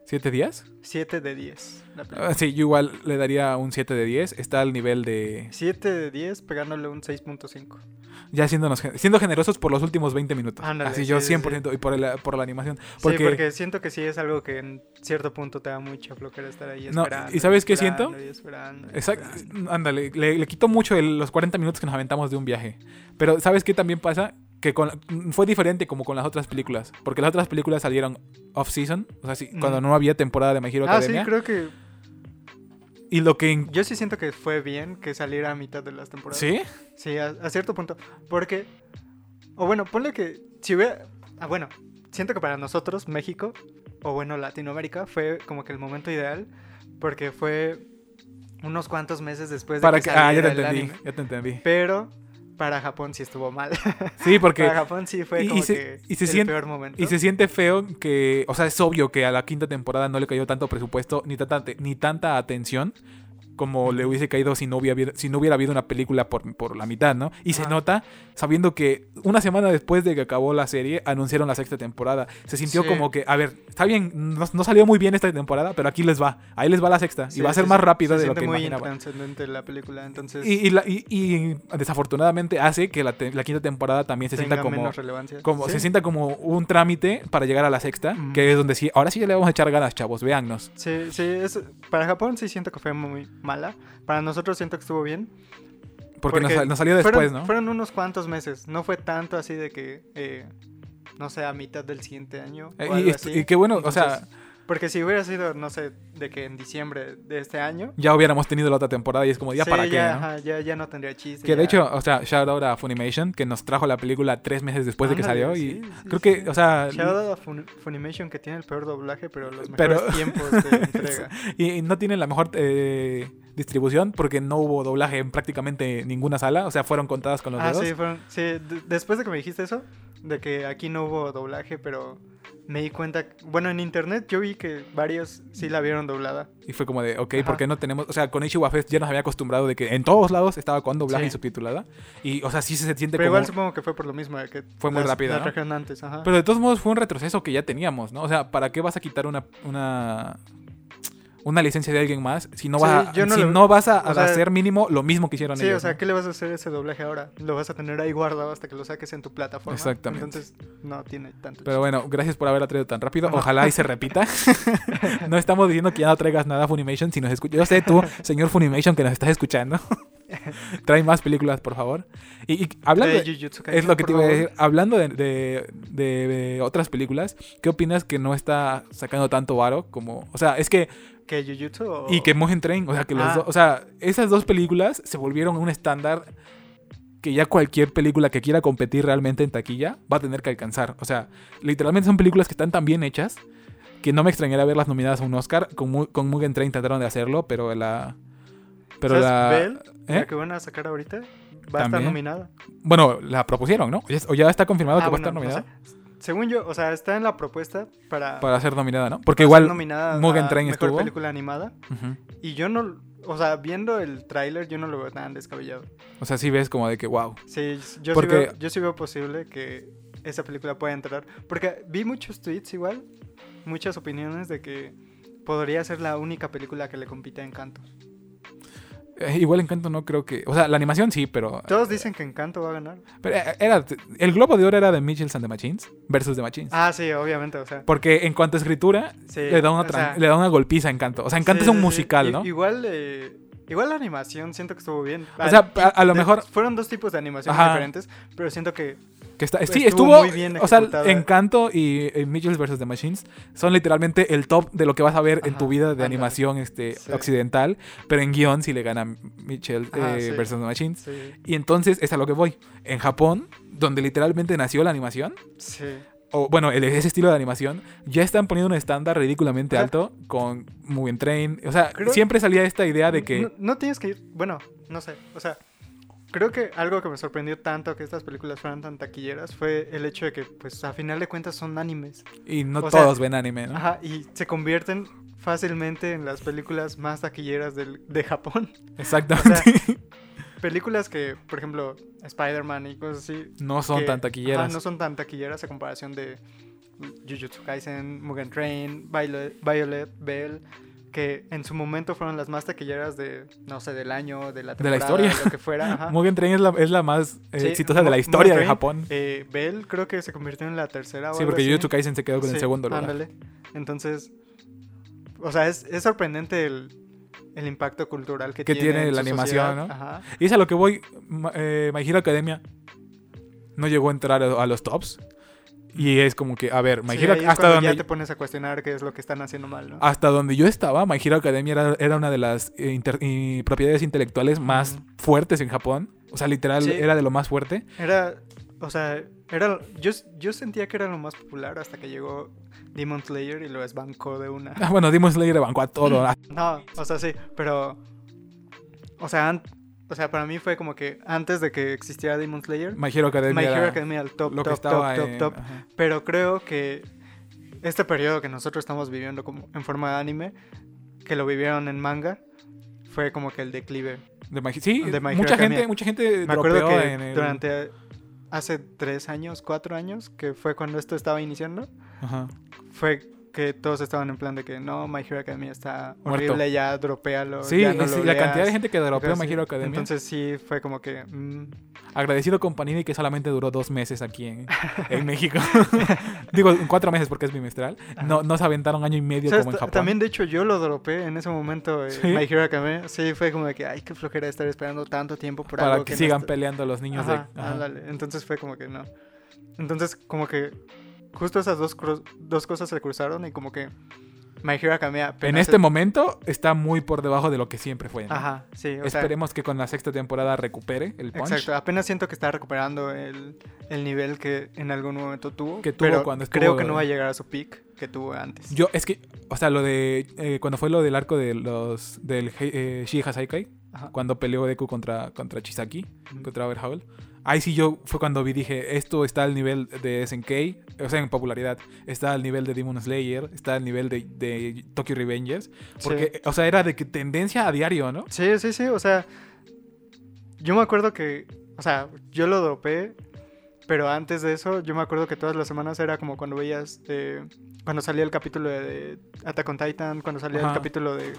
Speaker 1: ¿Siete días?
Speaker 2: 7 de 10. la película.
Speaker 1: Ah, sí, yo igual le daría un 7 de 10. Está al nivel de.
Speaker 2: 7 de 10 pegándole un 6.5.
Speaker 1: Ya siéndonos, gen- siendo generosos por los últimos 20 minutos.
Speaker 2: Ándale,
Speaker 1: Así
Speaker 2: sí,
Speaker 1: yo
Speaker 2: sí, sí.
Speaker 1: 100% y por, el- por la animación. Porque,
Speaker 2: Porque... Sí, porque siento que sí es algo que en cierto punto te da mucha flojera estar ahí
Speaker 1: No,
Speaker 2: esperando.
Speaker 1: ¿y sabes qué
Speaker 2: esperando
Speaker 1: siento?
Speaker 2: y esperando y
Speaker 1: Exacto.
Speaker 2: esperando.
Speaker 1: Ándale, le, le quitó mucho el- los 40 minutos que nos aventamos de un viaje. Pero ¿sabes qué también pasa? Que con, fue diferente como con las otras películas. Porque las otras películas salieron off-season. O sea, sí,
Speaker 2: Mm.
Speaker 1: cuando no había temporada de My Hero
Speaker 2: Ah, sí,
Speaker 1: Academia.
Speaker 2: creo que.
Speaker 1: y lo que... in-
Speaker 2: Yo sí siento que fue bien que saliera a mitad de las temporadas.
Speaker 1: ¿Sí?
Speaker 2: Sí, a, a cierto punto. Porque. O bueno, ponle que. Si hubiera. Ah, bueno. Siento que para nosotros, México, o bueno, Latinoamérica, fue como que el momento ideal. Porque fue unos cuantos meses después de
Speaker 1: Para
Speaker 2: que
Speaker 1: que, ah, ya te
Speaker 2: saliera el
Speaker 1: entendí.
Speaker 2: anime.
Speaker 1: Ya te entendí.
Speaker 2: Pero para Japón sí estuvo mal.
Speaker 1: Sí, porque...
Speaker 2: Para Japón sí fue
Speaker 1: y- y
Speaker 2: como
Speaker 1: se-
Speaker 2: que
Speaker 1: y se
Speaker 2: el
Speaker 1: sien-
Speaker 2: peor momento.
Speaker 1: Y se siente feo que, o sea, es obvio que a la quinta temporada no le cayó tanto presupuesto ni tanta, ni tanta atención, como le hubiese caído si no hubiera, si no hubiera habido una película por, por la mitad, ¿no? Y se
Speaker 2: Ajá.
Speaker 1: nota sabiendo que una semana después de que acabó la serie anunciaron la sexta temporada. Se sintió
Speaker 2: Sí.
Speaker 1: como que, a ver, está bien, no, no salió muy bien esta temporada, pero aquí les va, ahí les va la sexta
Speaker 2: Sí,
Speaker 1: y va a ser
Speaker 2: se-
Speaker 1: más rápida
Speaker 2: se
Speaker 1: de lo
Speaker 2: siente
Speaker 1: que
Speaker 2: muy
Speaker 1: imaginaban.
Speaker 2: intranscendente la película, entonces
Speaker 1: Y, y la- y- y desafortunadamente hace que la, te- la quinta temporada también se
Speaker 2: tenga
Speaker 1: sienta como
Speaker 2: menos relevancia.
Speaker 1: como
Speaker 2: Sí,
Speaker 1: se sienta como un trámite para llegar a la sexta,
Speaker 2: Ujú.
Speaker 1: que es donde sí, ahora sí ya le vamos a echar ganas, chavos, véannos.
Speaker 2: Sí, sí, es- para Japón sí siento que fue muy mala. Para nosotros siento que estuvo bien.
Speaker 1: Porque, nos,
Speaker 2: Porque
Speaker 1: sal- nos salió después,
Speaker 2: fueron,
Speaker 1: ¿no?
Speaker 2: Fueron unos cuantos meses. No fue tanto así de que, eh, no sé, a mitad del siguiente año. o
Speaker 1: Eh,
Speaker 2: algo
Speaker 1: y, est-
Speaker 2: así.
Speaker 1: y qué bueno, o sea,
Speaker 2: Entonces, Porque si hubiera sido, no sé, de que en diciembre de este año.
Speaker 1: ya hubiéramos tenido la otra temporada y es como, ¿ya
Speaker 2: sí,
Speaker 1: para qué?
Speaker 2: ya,
Speaker 1: ¿no?
Speaker 2: ajá, ya, ya no tendría chiste.
Speaker 1: Que de
Speaker 2: ya.
Speaker 1: hecho, o sea, shout out a Funimation, que nos trajo la película tres meses después de que
Speaker 2: Ándale,
Speaker 1: salió.
Speaker 2: sí,
Speaker 1: y
Speaker 2: sí,
Speaker 1: creo
Speaker 2: sí.
Speaker 1: que, o sea,
Speaker 2: Shout out a Fun- Funimation que tiene el peor doblaje, pero los
Speaker 1: Pero-
Speaker 2: mejores tiempos de entrega.
Speaker 1: y, y no tienen la mejor eh, distribución porque no hubo doblaje en prácticamente ninguna sala. O sea, fueron contadas con los
Speaker 2: Ah,
Speaker 1: dedos.
Speaker 2: sí, fueron- sí, d- después de que me dijiste eso, de que aquí no hubo doblaje, pero me di cuenta, bueno, en internet yo vi que varios sí la vieron doblada.
Speaker 1: Y fue como de, ok,
Speaker 2: Ajá.
Speaker 1: ¿por qué no tenemos? O sea, con Ichiwa Fest ya nos había acostumbrado de que en todos lados estaba con doblaje
Speaker 2: Sí.
Speaker 1: y subtitulada. Y, o sea, sí se siente
Speaker 2: Pero
Speaker 1: como.
Speaker 2: igual supongo que fue por lo mismo, de que
Speaker 1: Fue muy
Speaker 2: las-
Speaker 1: rápida,
Speaker 2: las
Speaker 1: ¿no?
Speaker 2: trajeron antes, ajá.
Speaker 1: Pero de todos modos fue un retroceso que ya teníamos, ¿no? O sea, ¿para qué vas a quitar una. una... Una licencia de alguien más, si no
Speaker 2: Sí,
Speaker 1: vas, a-
Speaker 2: yo no
Speaker 1: si
Speaker 2: lo-
Speaker 1: no vas a,
Speaker 2: o sea-
Speaker 1: hacer mínimo lo mismo que hicieron
Speaker 2: sí,
Speaker 1: ellos.
Speaker 2: o sea,
Speaker 1: ¿no?
Speaker 2: ¿qué le vas a hacer a ese doblaje ahora? Lo vas a tener ahí guardado hasta que lo saques en tu plataforma.
Speaker 1: Exactamente.
Speaker 2: Entonces, no tiene tanto
Speaker 1: Pero bueno, gracias por haberla traído tan rápido.
Speaker 2: Ajá.
Speaker 1: Ojalá y se repita. no estamos diciendo que ya no traigas nada a Funimation si nos escuchas. Yo sé tú, señor Funimation, que nos estás escuchando. Trae más películas, por favor. Y, y hablando de-
Speaker 2: De Eh, Jujutsu Kaisen,
Speaker 1: es lo que
Speaker 2: por
Speaker 1: te iba a
Speaker 2: favor.
Speaker 1: decir. Hablando de, de- de- de otras películas, ¿qué opinas que no está sacando tanto varo como, o sea, es que
Speaker 2: ¿Que Jujutsu o-
Speaker 1: y que Mohen Train, o sea, que los
Speaker 2: Oh. Ah.
Speaker 1: dos- o sea, esas dos películas se volvieron un estándar que ya cualquier película que quiera competir realmente en taquilla va a tener que alcanzar. O sea, literalmente son películas que están tan bien hechas que no me extrañaría verlas nominadas a un Oscar. Con, Mu- con Mugen Train trataron de hacerlo, pero la pero
Speaker 2: ¿Sabes
Speaker 1: la
Speaker 2: Bell?
Speaker 1: ¿eh?
Speaker 2: La que van a sacar ahorita va a estar
Speaker 1: También.
Speaker 2: nominada.
Speaker 1: bueno, la propusieron, ¿no? O ya- O ya está confirmado
Speaker 2: Ah,
Speaker 1: que va a
Speaker 2: bueno,
Speaker 1: estar nominada
Speaker 2: no sé. según yo, o sea, está en la propuesta para,
Speaker 1: para ser nominada, ¿no? Porque
Speaker 2: ser
Speaker 1: igual
Speaker 2: nominada
Speaker 1: Mugen
Speaker 2: a
Speaker 1: Train
Speaker 2: mejor
Speaker 1: estuvo.
Speaker 2: película animada
Speaker 1: Ujú.
Speaker 2: y yo no, o sea, viendo el tráiler yo no lo veo tan descabellado.
Speaker 1: O sea, sí ves como de que wow.
Speaker 2: Sí, yo
Speaker 1: Porque-
Speaker 2: sí veo, yo sí veo posible que esa película pueda entrar, porque vi muchos tweets igual, muchas opiniones de que podría ser la única película que le compite a Encanto.
Speaker 1: Eh, Igual Encanto no creo que, o sea, la animación sí, pero
Speaker 2: Todos dicen que Encanto va a ganar.
Speaker 1: Pero eh, era, el globo de oro era de Mitchells and the Machines versus The Machines.
Speaker 2: Ah, sí, obviamente, o sea,
Speaker 1: Porque en cuanto a escritura,
Speaker 2: sí,
Speaker 1: le, da una
Speaker 2: o
Speaker 1: tran-
Speaker 2: sea,
Speaker 1: le da una golpiza a Encanto. O sea, Encanto es
Speaker 2: Sí,
Speaker 1: un
Speaker 2: sí, sí.
Speaker 1: musical,
Speaker 2: I-
Speaker 1: ¿no?
Speaker 2: Igual, eh, igual la animación siento que estuvo bien.
Speaker 1: o sea, a, a lo
Speaker 2: De-
Speaker 1: mejor
Speaker 2: Fueron dos tipos de animaciones
Speaker 1: Ajá.
Speaker 2: diferentes, pero siento que.
Speaker 1: que está, sí, estuvo,
Speaker 2: pues, estuvo muy bien ¿eh?
Speaker 1: o sea,
Speaker 2: ejecutada.
Speaker 1: Encanto y, eh, Mitchells versus The Machines son literalmente el top de lo que vas a ver en
Speaker 2: Ajá,
Speaker 1: tu vida de
Speaker 2: ándale.
Speaker 1: animación este,
Speaker 2: Sí.
Speaker 1: occidental, pero en guión sí le gana Mitchell eh,
Speaker 2: Ajá, sí.
Speaker 1: versus The Machines.
Speaker 2: Sí.
Speaker 1: Y entonces es a lo que voy. En Japón, donde literalmente nació la animación,
Speaker 2: sí.
Speaker 1: o bueno, el- ese estilo de animación, ya están poniendo un estándar ridículamente
Speaker 2: O sea,
Speaker 1: alto con Mugen Train. O sea,
Speaker 2: creo-
Speaker 1: siempre salía esta idea de que.
Speaker 2: No, no tienes que ir. Bueno, no sé. O sea, creo que algo que me sorprendió tanto que estas películas fueran tan taquilleras fue el hecho de que, pues, a final de cuentas son animes.
Speaker 1: y no
Speaker 2: o sea,
Speaker 1: todos ven anime, ¿no?
Speaker 2: Ajá, y se convierten fácilmente en las películas más taquilleras del- de Japón.
Speaker 1: Exactamente.
Speaker 2: Películas que, por ejemplo, Spider-Man y cosas así,
Speaker 1: no son
Speaker 2: que-
Speaker 1: tan
Speaker 2: ajá,
Speaker 1: taquilleras.
Speaker 2: no son tan taquilleras a comparación de Jujutsu Kaisen, Mugen Train, Violet, Violet Bell, que en su momento fueron las más taquilleras de, no sé, del año, de la
Speaker 1: De la
Speaker 2: temporada,
Speaker 1: historia.
Speaker 2: lo que fuera. ajá.
Speaker 1: Mugen Train es la, es la más eh,
Speaker 2: Sí,
Speaker 1: exitosa de la
Speaker 2: Mu-
Speaker 1: historia de
Speaker 2: Mugen Train,
Speaker 1: Japón.
Speaker 2: eh, Bell creo que se convirtió en la tercera. o
Speaker 1: Sí,
Speaker 2: algo
Speaker 1: porque
Speaker 2: así.
Speaker 1: Jujutsu Kaisen se quedó con el
Speaker 2: Sí,
Speaker 1: segundo lugar.
Speaker 2: ándale. Entonces, o sea, es, es sorprendente el, el impacto cultural que,
Speaker 1: Que tiene
Speaker 2: en
Speaker 1: la
Speaker 2: su
Speaker 1: animación,
Speaker 2: sociedad,
Speaker 1: ¿no?
Speaker 2: ajá.
Speaker 1: Y es a lo que voy. ma- eh, My Hero Academia no llegó a entrar a, a los tops. Y es como que, a ver, My
Speaker 2: Sí,
Speaker 1: Hero
Speaker 2: ahí es
Speaker 1: hasta
Speaker 2: cuando
Speaker 1: donde.
Speaker 2: ya te pones a cuestionar qué es lo que están haciendo mal, ¿no?
Speaker 1: Hasta donde yo estaba, My Hero Academia era, era una de las eh, inter- y propiedades intelectuales más
Speaker 2: Ujú.
Speaker 1: fuertes en Japón. O sea, literal,
Speaker 2: Sí.
Speaker 1: era de lo más fuerte.
Speaker 2: Era, o sea, era, yo, yo sentía que era lo más popular hasta que llegó Demon Slayer y lo desbancó de una.
Speaker 1: Ah, Bueno, Demon Slayer bancó a todo. Ah,
Speaker 2: No, o sea, sí, pero, o sea, an- o sea, para mí fue como que antes de que existiera Demon Slayer,
Speaker 1: My Hero Academia
Speaker 2: My Hero
Speaker 1: era
Speaker 2: Academia al top,
Speaker 1: lo que
Speaker 2: top,
Speaker 1: estaba
Speaker 2: top, top,
Speaker 1: en-
Speaker 2: top,
Speaker 1: ajá.
Speaker 2: pero creo que este periodo que nosotros estamos viviendo como en forma de anime, que lo vivieron en manga, fue como que el declive.
Speaker 1: De My- sí,
Speaker 2: De My
Speaker 1: mucha
Speaker 2: Hero
Speaker 1: gente,
Speaker 2: Academia.
Speaker 1: mucha gente
Speaker 2: Me acuerdo
Speaker 1: dropeó
Speaker 2: que
Speaker 1: en el-
Speaker 2: durante hace tres años, cuatro años, que fue cuando esto estaba iniciando,
Speaker 1: Ajá.
Speaker 2: fue que todos estaban en plan de que no, My Hero Academia está
Speaker 1: Muerto.
Speaker 2: horrible, ya dropealo.
Speaker 1: Sí,
Speaker 2: ya no
Speaker 1: es-
Speaker 2: lo
Speaker 1: la
Speaker 2: leas".
Speaker 1: cantidad de gente que dropeó
Speaker 2: Entonces,
Speaker 1: My Hero Academia.
Speaker 2: Entonces sí fue como que. mm,
Speaker 1: Agradecido con Panini que solamente duró dos meses aquí en, en México. Digo, cuatro meses porque es bimestral. No, no se aventaron año y medio
Speaker 2: ¿Sabes?
Speaker 1: como en
Speaker 2: Ta-
Speaker 1: Japón.
Speaker 2: También, de hecho, yo lo dropé en ese momento. eh,
Speaker 1: ¿Sí?
Speaker 2: My Hero Academia. Sí, fue como de que, ay, qué flojera estar esperando tanto tiempo por
Speaker 1: para
Speaker 2: algo
Speaker 1: que, sigan
Speaker 2: peleando
Speaker 1: peleando los niños
Speaker 2: Ajá,
Speaker 1: de... ajá.
Speaker 2: ándale. Entonces fue como que no. Entonces, como que justo esas dos, cru- dos cosas se cruzaron y como que My Hero Academia.
Speaker 1: En
Speaker 2: apenas
Speaker 1: este
Speaker 2: es-
Speaker 1: momento está muy por debajo de lo que siempre fue. ¿no?
Speaker 2: Ajá, sí, o sea,
Speaker 1: Esperemos que con la sexta temporada recupere el punch.
Speaker 2: Exacto, apenas siento que está recuperando el, el nivel que en algún momento tuvo.
Speaker 1: Que tuvo
Speaker 2: pero
Speaker 1: cuando estuvo-
Speaker 2: Creo que no va a llegar a su peak que tuvo antes.
Speaker 1: Yo, es que, o sea, lo de. eh, cuando fue lo del arco de los. del eh, Shiha Saikai,
Speaker 2: Ajá. Mm.
Speaker 1: cuando peleó Deku contra, contra Chisaki,
Speaker 2: Ujú.
Speaker 1: contra Overhaul. Ahí sí yo fue cuando vi, dije, esto está al nivel de SNK, o sea, en popularidad. Está al nivel de Demon Slayer, está al nivel de, de Tokyo Revengers. Porque,
Speaker 2: Sí.
Speaker 1: o sea, era de que tendencia a diario, ¿no?
Speaker 2: Sí, sí, sí, o sea, yo me acuerdo que, o sea, yo lo dopé, pero antes de eso, yo me acuerdo que todas las semanas era como cuando veías, eh, cuando salía el capítulo de Attack on Titan, cuando salía
Speaker 1: Ajá.
Speaker 2: el capítulo de,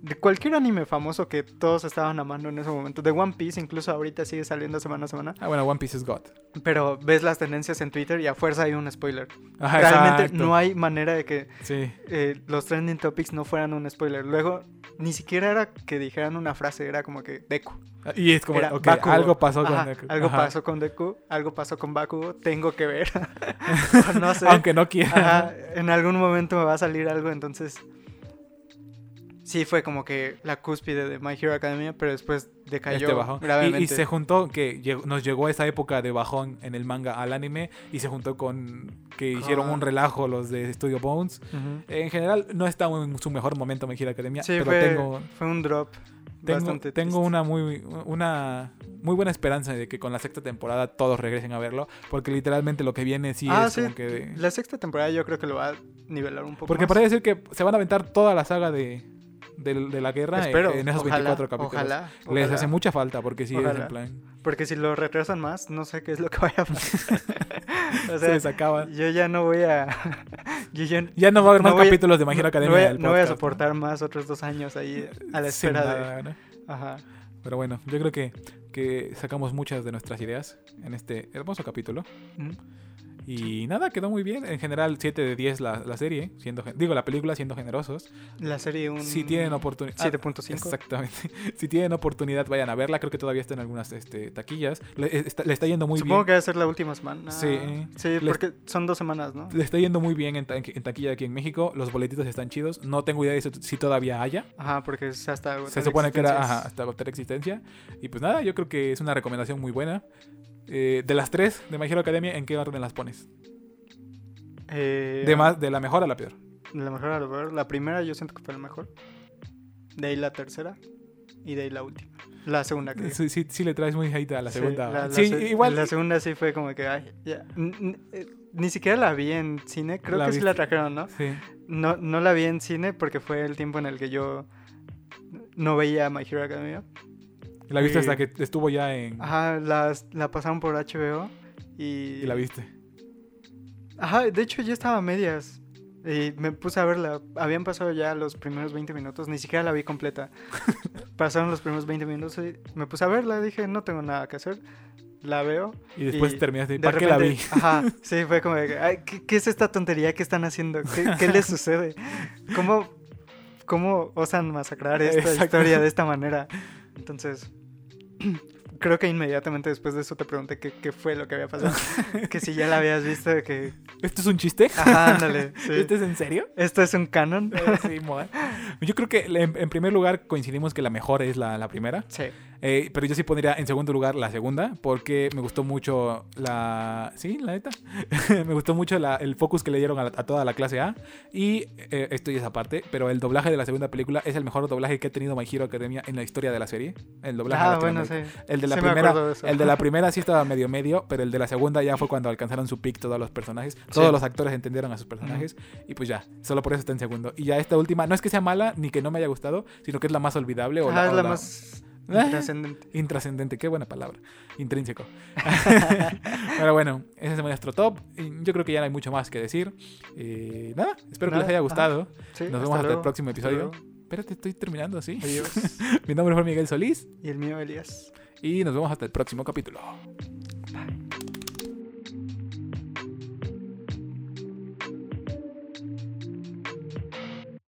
Speaker 2: de cualquier anime famoso que todos estaban amando en ese momento, de One Piece, incluso ahorita sigue saliendo semana a semana,
Speaker 1: Ah, bueno, One Piece is God.
Speaker 2: pero ves las tendencias en Twitter y a fuerza hay un spoiler.
Speaker 1: Ajá,
Speaker 2: Realmente
Speaker 1: Ah, exacto.
Speaker 2: no hay manera de que
Speaker 1: Sí.
Speaker 2: eh, los trending topics no fueran un spoiler. Luego, ni siquiera era que dijeran una frase, era como que Deku.
Speaker 1: Y es como,
Speaker 2: Era
Speaker 1: ok,
Speaker 2: Bakugo.
Speaker 1: algo pasó con
Speaker 2: Ajá,
Speaker 1: Deku.
Speaker 2: Algo
Speaker 1: Ajá.
Speaker 2: pasó con Deku, algo pasó con Bakugo, tengo que ver. O no sé.
Speaker 1: Aunque no quiera. este,
Speaker 2: Ajá, en algún momento me va a salir algo, entonces. Sí, fue como que la cúspide de My Hero Academia, pero después decayó
Speaker 1: Este bajón. Y-
Speaker 2: gravemente.
Speaker 1: Y, se juntó, que llegó- nos llegó esa época de bajón en el manga al anime y se juntó con que hicieron
Speaker 2: Con-
Speaker 1: un relajo los de Studio Bones.
Speaker 2: Ujú.
Speaker 1: En general, no está en su mejor momento My Hero Academia,
Speaker 2: Sí,
Speaker 1: pero
Speaker 2: fue,
Speaker 1: tengo,
Speaker 2: fue un drop.
Speaker 1: tengo,
Speaker 2: bastante
Speaker 1: tengo
Speaker 2: triste.
Speaker 1: una, muy, una muy buena esperanza de que con la sexta temporada todos regresen a verlo, porque literalmente lo que viene sí
Speaker 2: Ah,
Speaker 1: es
Speaker 2: sí.
Speaker 1: como que... de-
Speaker 2: La sexta temporada yo creo que lo va a nivelar un poco.
Speaker 1: Porque
Speaker 2: más.
Speaker 1: parece decir que se van a aventar toda la saga de, de- de la guerra en-
Speaker 2: Espero.
Speaker 1: en esos
Speaker 2: ojalá,
Speaker 1: 24 capítulos.
Speaker 2: Ojalá,
Speaker 1: Les
Speaker 2: ojalá.
Speaker 1: hace mucha falta, porque sí es en
Speaker 2: Ojalá.
Speaker 1: plan...
Speaker 2: Porque si lo retrasan más, no sé qué es lo que vaya a pasar.
Speaker 1: se
Speaker 2: o sea,
Speaker 1: les acaba.
Speaker 2: yo ya no voy a. yo ya no
Speaker 1: Ya no va a haber
Speaker 2: No
Speaker 1: más
Speaker 2: voy a-
Speaker 1: capítulos de My Hero Academia.
Speaker 2: no voy, a-
Speaker 1: en el
Speaker 2: no voy a
Speaker 1: podcast,
Speaker 2: soportar más otros dos años ahí a la
Speaker 1: Sin
Speaker 2: espera de.
Speaker 1: nada, ¿no?
Speaker 2: Ajá.
Speaker 1: Pero bueno, yo creo que, que sacamos muchas de nuestras ideas en este hermoso capítulo.
Speaker 2: Mm.
Speaker 1: Y nada, quedó muy bien. En general, 7 de 10 la, la serie, siendo gen- digo, la película siendo generosos.
Speaker 2: La serie un.
Speaker 1: Si tienen oportunidad...
Speaker 2: 7.5.
Speaker 1: Exactamente. Si tienen oportunidad, vayan a verla. Creo que todavía está en algunas este, taquillas. Le está, le está yendo muy
Speaker 2: Supongo que
Speaker 1: bien.
Speaker 2: va a ser la última semana.
Speaker 1: Sí.
Speaker 2: Sí,
Speaker 1: Les-
Speaker 2: porque son dos semanas, ¿no?
Speaker 1: Le está yendo muy bien en, ta- en taquilla aquí en México. Los boletitos están chidos. No tengo idea de si- si todavía haya.
Speaker 2: Ajá, porque es hasta.
Speaker 1: Se
Speaker 2: agotar
Speaker 1: supone que era
Speaker 2: existencias.
Speaker 1: ajá, hasta agotar existencia. Y pues nada, yo creo que es una recomendación muy buena. Eh, de las tres de My Hero Academia, ¿en qué orden las pones?
Speaker 2: Eh,
Speaker 1: De, más, de la mejor a la peor.
Speaker 2: La mejor a lo peor. La primera yo siento que fue la mejor. De ahí la tercera. Y de ahí la última. La segunda que.
Speaker 1: Sí, sí, sí le traes muy hate a la
Speaker 2: Sí,
Speaker 1: segunda. Sí,
Speaker 2: la- la se-
Speaker 1: igual.
Speaker 2: La segunda sí fue como que, ay, ya. N- n- eh, Ni siquiera la vi en cine, creo
Speaker 1: La
Speaker 2: que sí la
Speaker 1: viste.
Speaker 2: trajeron, ¿no?
Speaker 1: sí.
Speaker 2: ¿no? No la vi en cine porque fue el tiempo en el que yo no veía My Hero Academia.
Speaker 1: La viste
Speaker 2: Eh,
Speaker 1: hasta que estuvo ya en...
Speaker 2: Ajá, las- la pasaron por HBO y...
Speaker 1: Y la viste.
Speaker 2: Ajá, de hecho ya estaba a medias. Y me puse a verla. Habían pasado ya los primeros 20 minutos, ni siquiera la vi completa. Pasaron los primeros 20 minutos y me puse a verla. Dije, no tengo nada que hacer. La veo.
Speaker 1: Y después
Speaker 2: y
Speaker 1: terminaste.
Speaker 2: de
Speaker 1: ¿Para qué la vi?
Speaker 2: repente- Ajá, sí, fue como de, "Ay, ¿qué, qué es esta tontería que están haciendo? ¿Qué, qué les sucede? ¿Cómo, ¿Cómo osan masacrar esta
Speaker 1: Eh, Exacto.
Speaker 2: historia de esta manera? Entonces, creo que inmediatamente después de eso te pregunté qué, qué fue lo que había pasado. que si ya la habías visto, que...
Speaker 1: ¿Esto ¿Este es un chiste?
Speaker 2: Ajá, ándale. sí.
Speaker 1: ¿Esto Este es en serio?
Speaker 2: ¿Esto es un canon?
Speaker 1: Eh, sí, moda. Yo creo que en, en primer lugar coincidimos que la mejor es la, la primera.
Speaker 2: Sí.
Speaker 1: Eh, pero yo sí pondría en segundo lugar la segunda, porque me gustó mucho la. Sí, la neta. me gustó mucho la- el focus que le dieron a, la- a toda la clase A. Y eh, esto ya es aparte, pero el doblaje de la segunda película es el mejor doblaje que ha tenido My Hero Academia en la historia de la serie. El doblaje
Speaker 2: Ah, bueno,
Speaker 1: latinoamericano.
Speaker 2: sí.
Speaker 1: El de la
Speaker 2: Sí me
Speaker 1: primera,
Speaker 2: acuerdo de eso.
Speaker 1: el de la primera sí estaba medio medio, pero el de la segunda ya fue cuando alcanzaron su pick todos los personajes, todos los actores entendieron a sus personajes y pues ya, solo por eso está en segundo. Y ya esta última, no es que sea mala ni que no me haya gustado, sino que es la más olvidable o
Speaker 2: Ah, es
Speaker 1: o
Speaker 2: la más
Speaker 1: Ah.
Speaker 2: trascendente.
Speaker 1: intrascendente, qué buena palabra, intrínseco. pero bueno, ese es nuestro top. Y Yo creo que ya no hay mucho más que decir. Eh, nada, espero que
Speaker 2: Nada, Ah.
Speaker 1: les haya
Speaker 2: ajá.
Speaker 1: gustado.
Speaker 2: Sí,
Speaker 1: Nos vemos hasta el
Speaker 2: luego.
Speaker 1: próximo
Speaker 2: Hasta
Speaker 1: episodio.
Speaker 2: luego.
Speaker 1: Espérate, estoy terminando así.
Speaker 2: Adiós.
Speaker 1: Mi nombre es Juan Miguel Solís
Speaker 2: y el mío, Elías.
Speaker 1: y nos vemos hasta el próximo capítulo.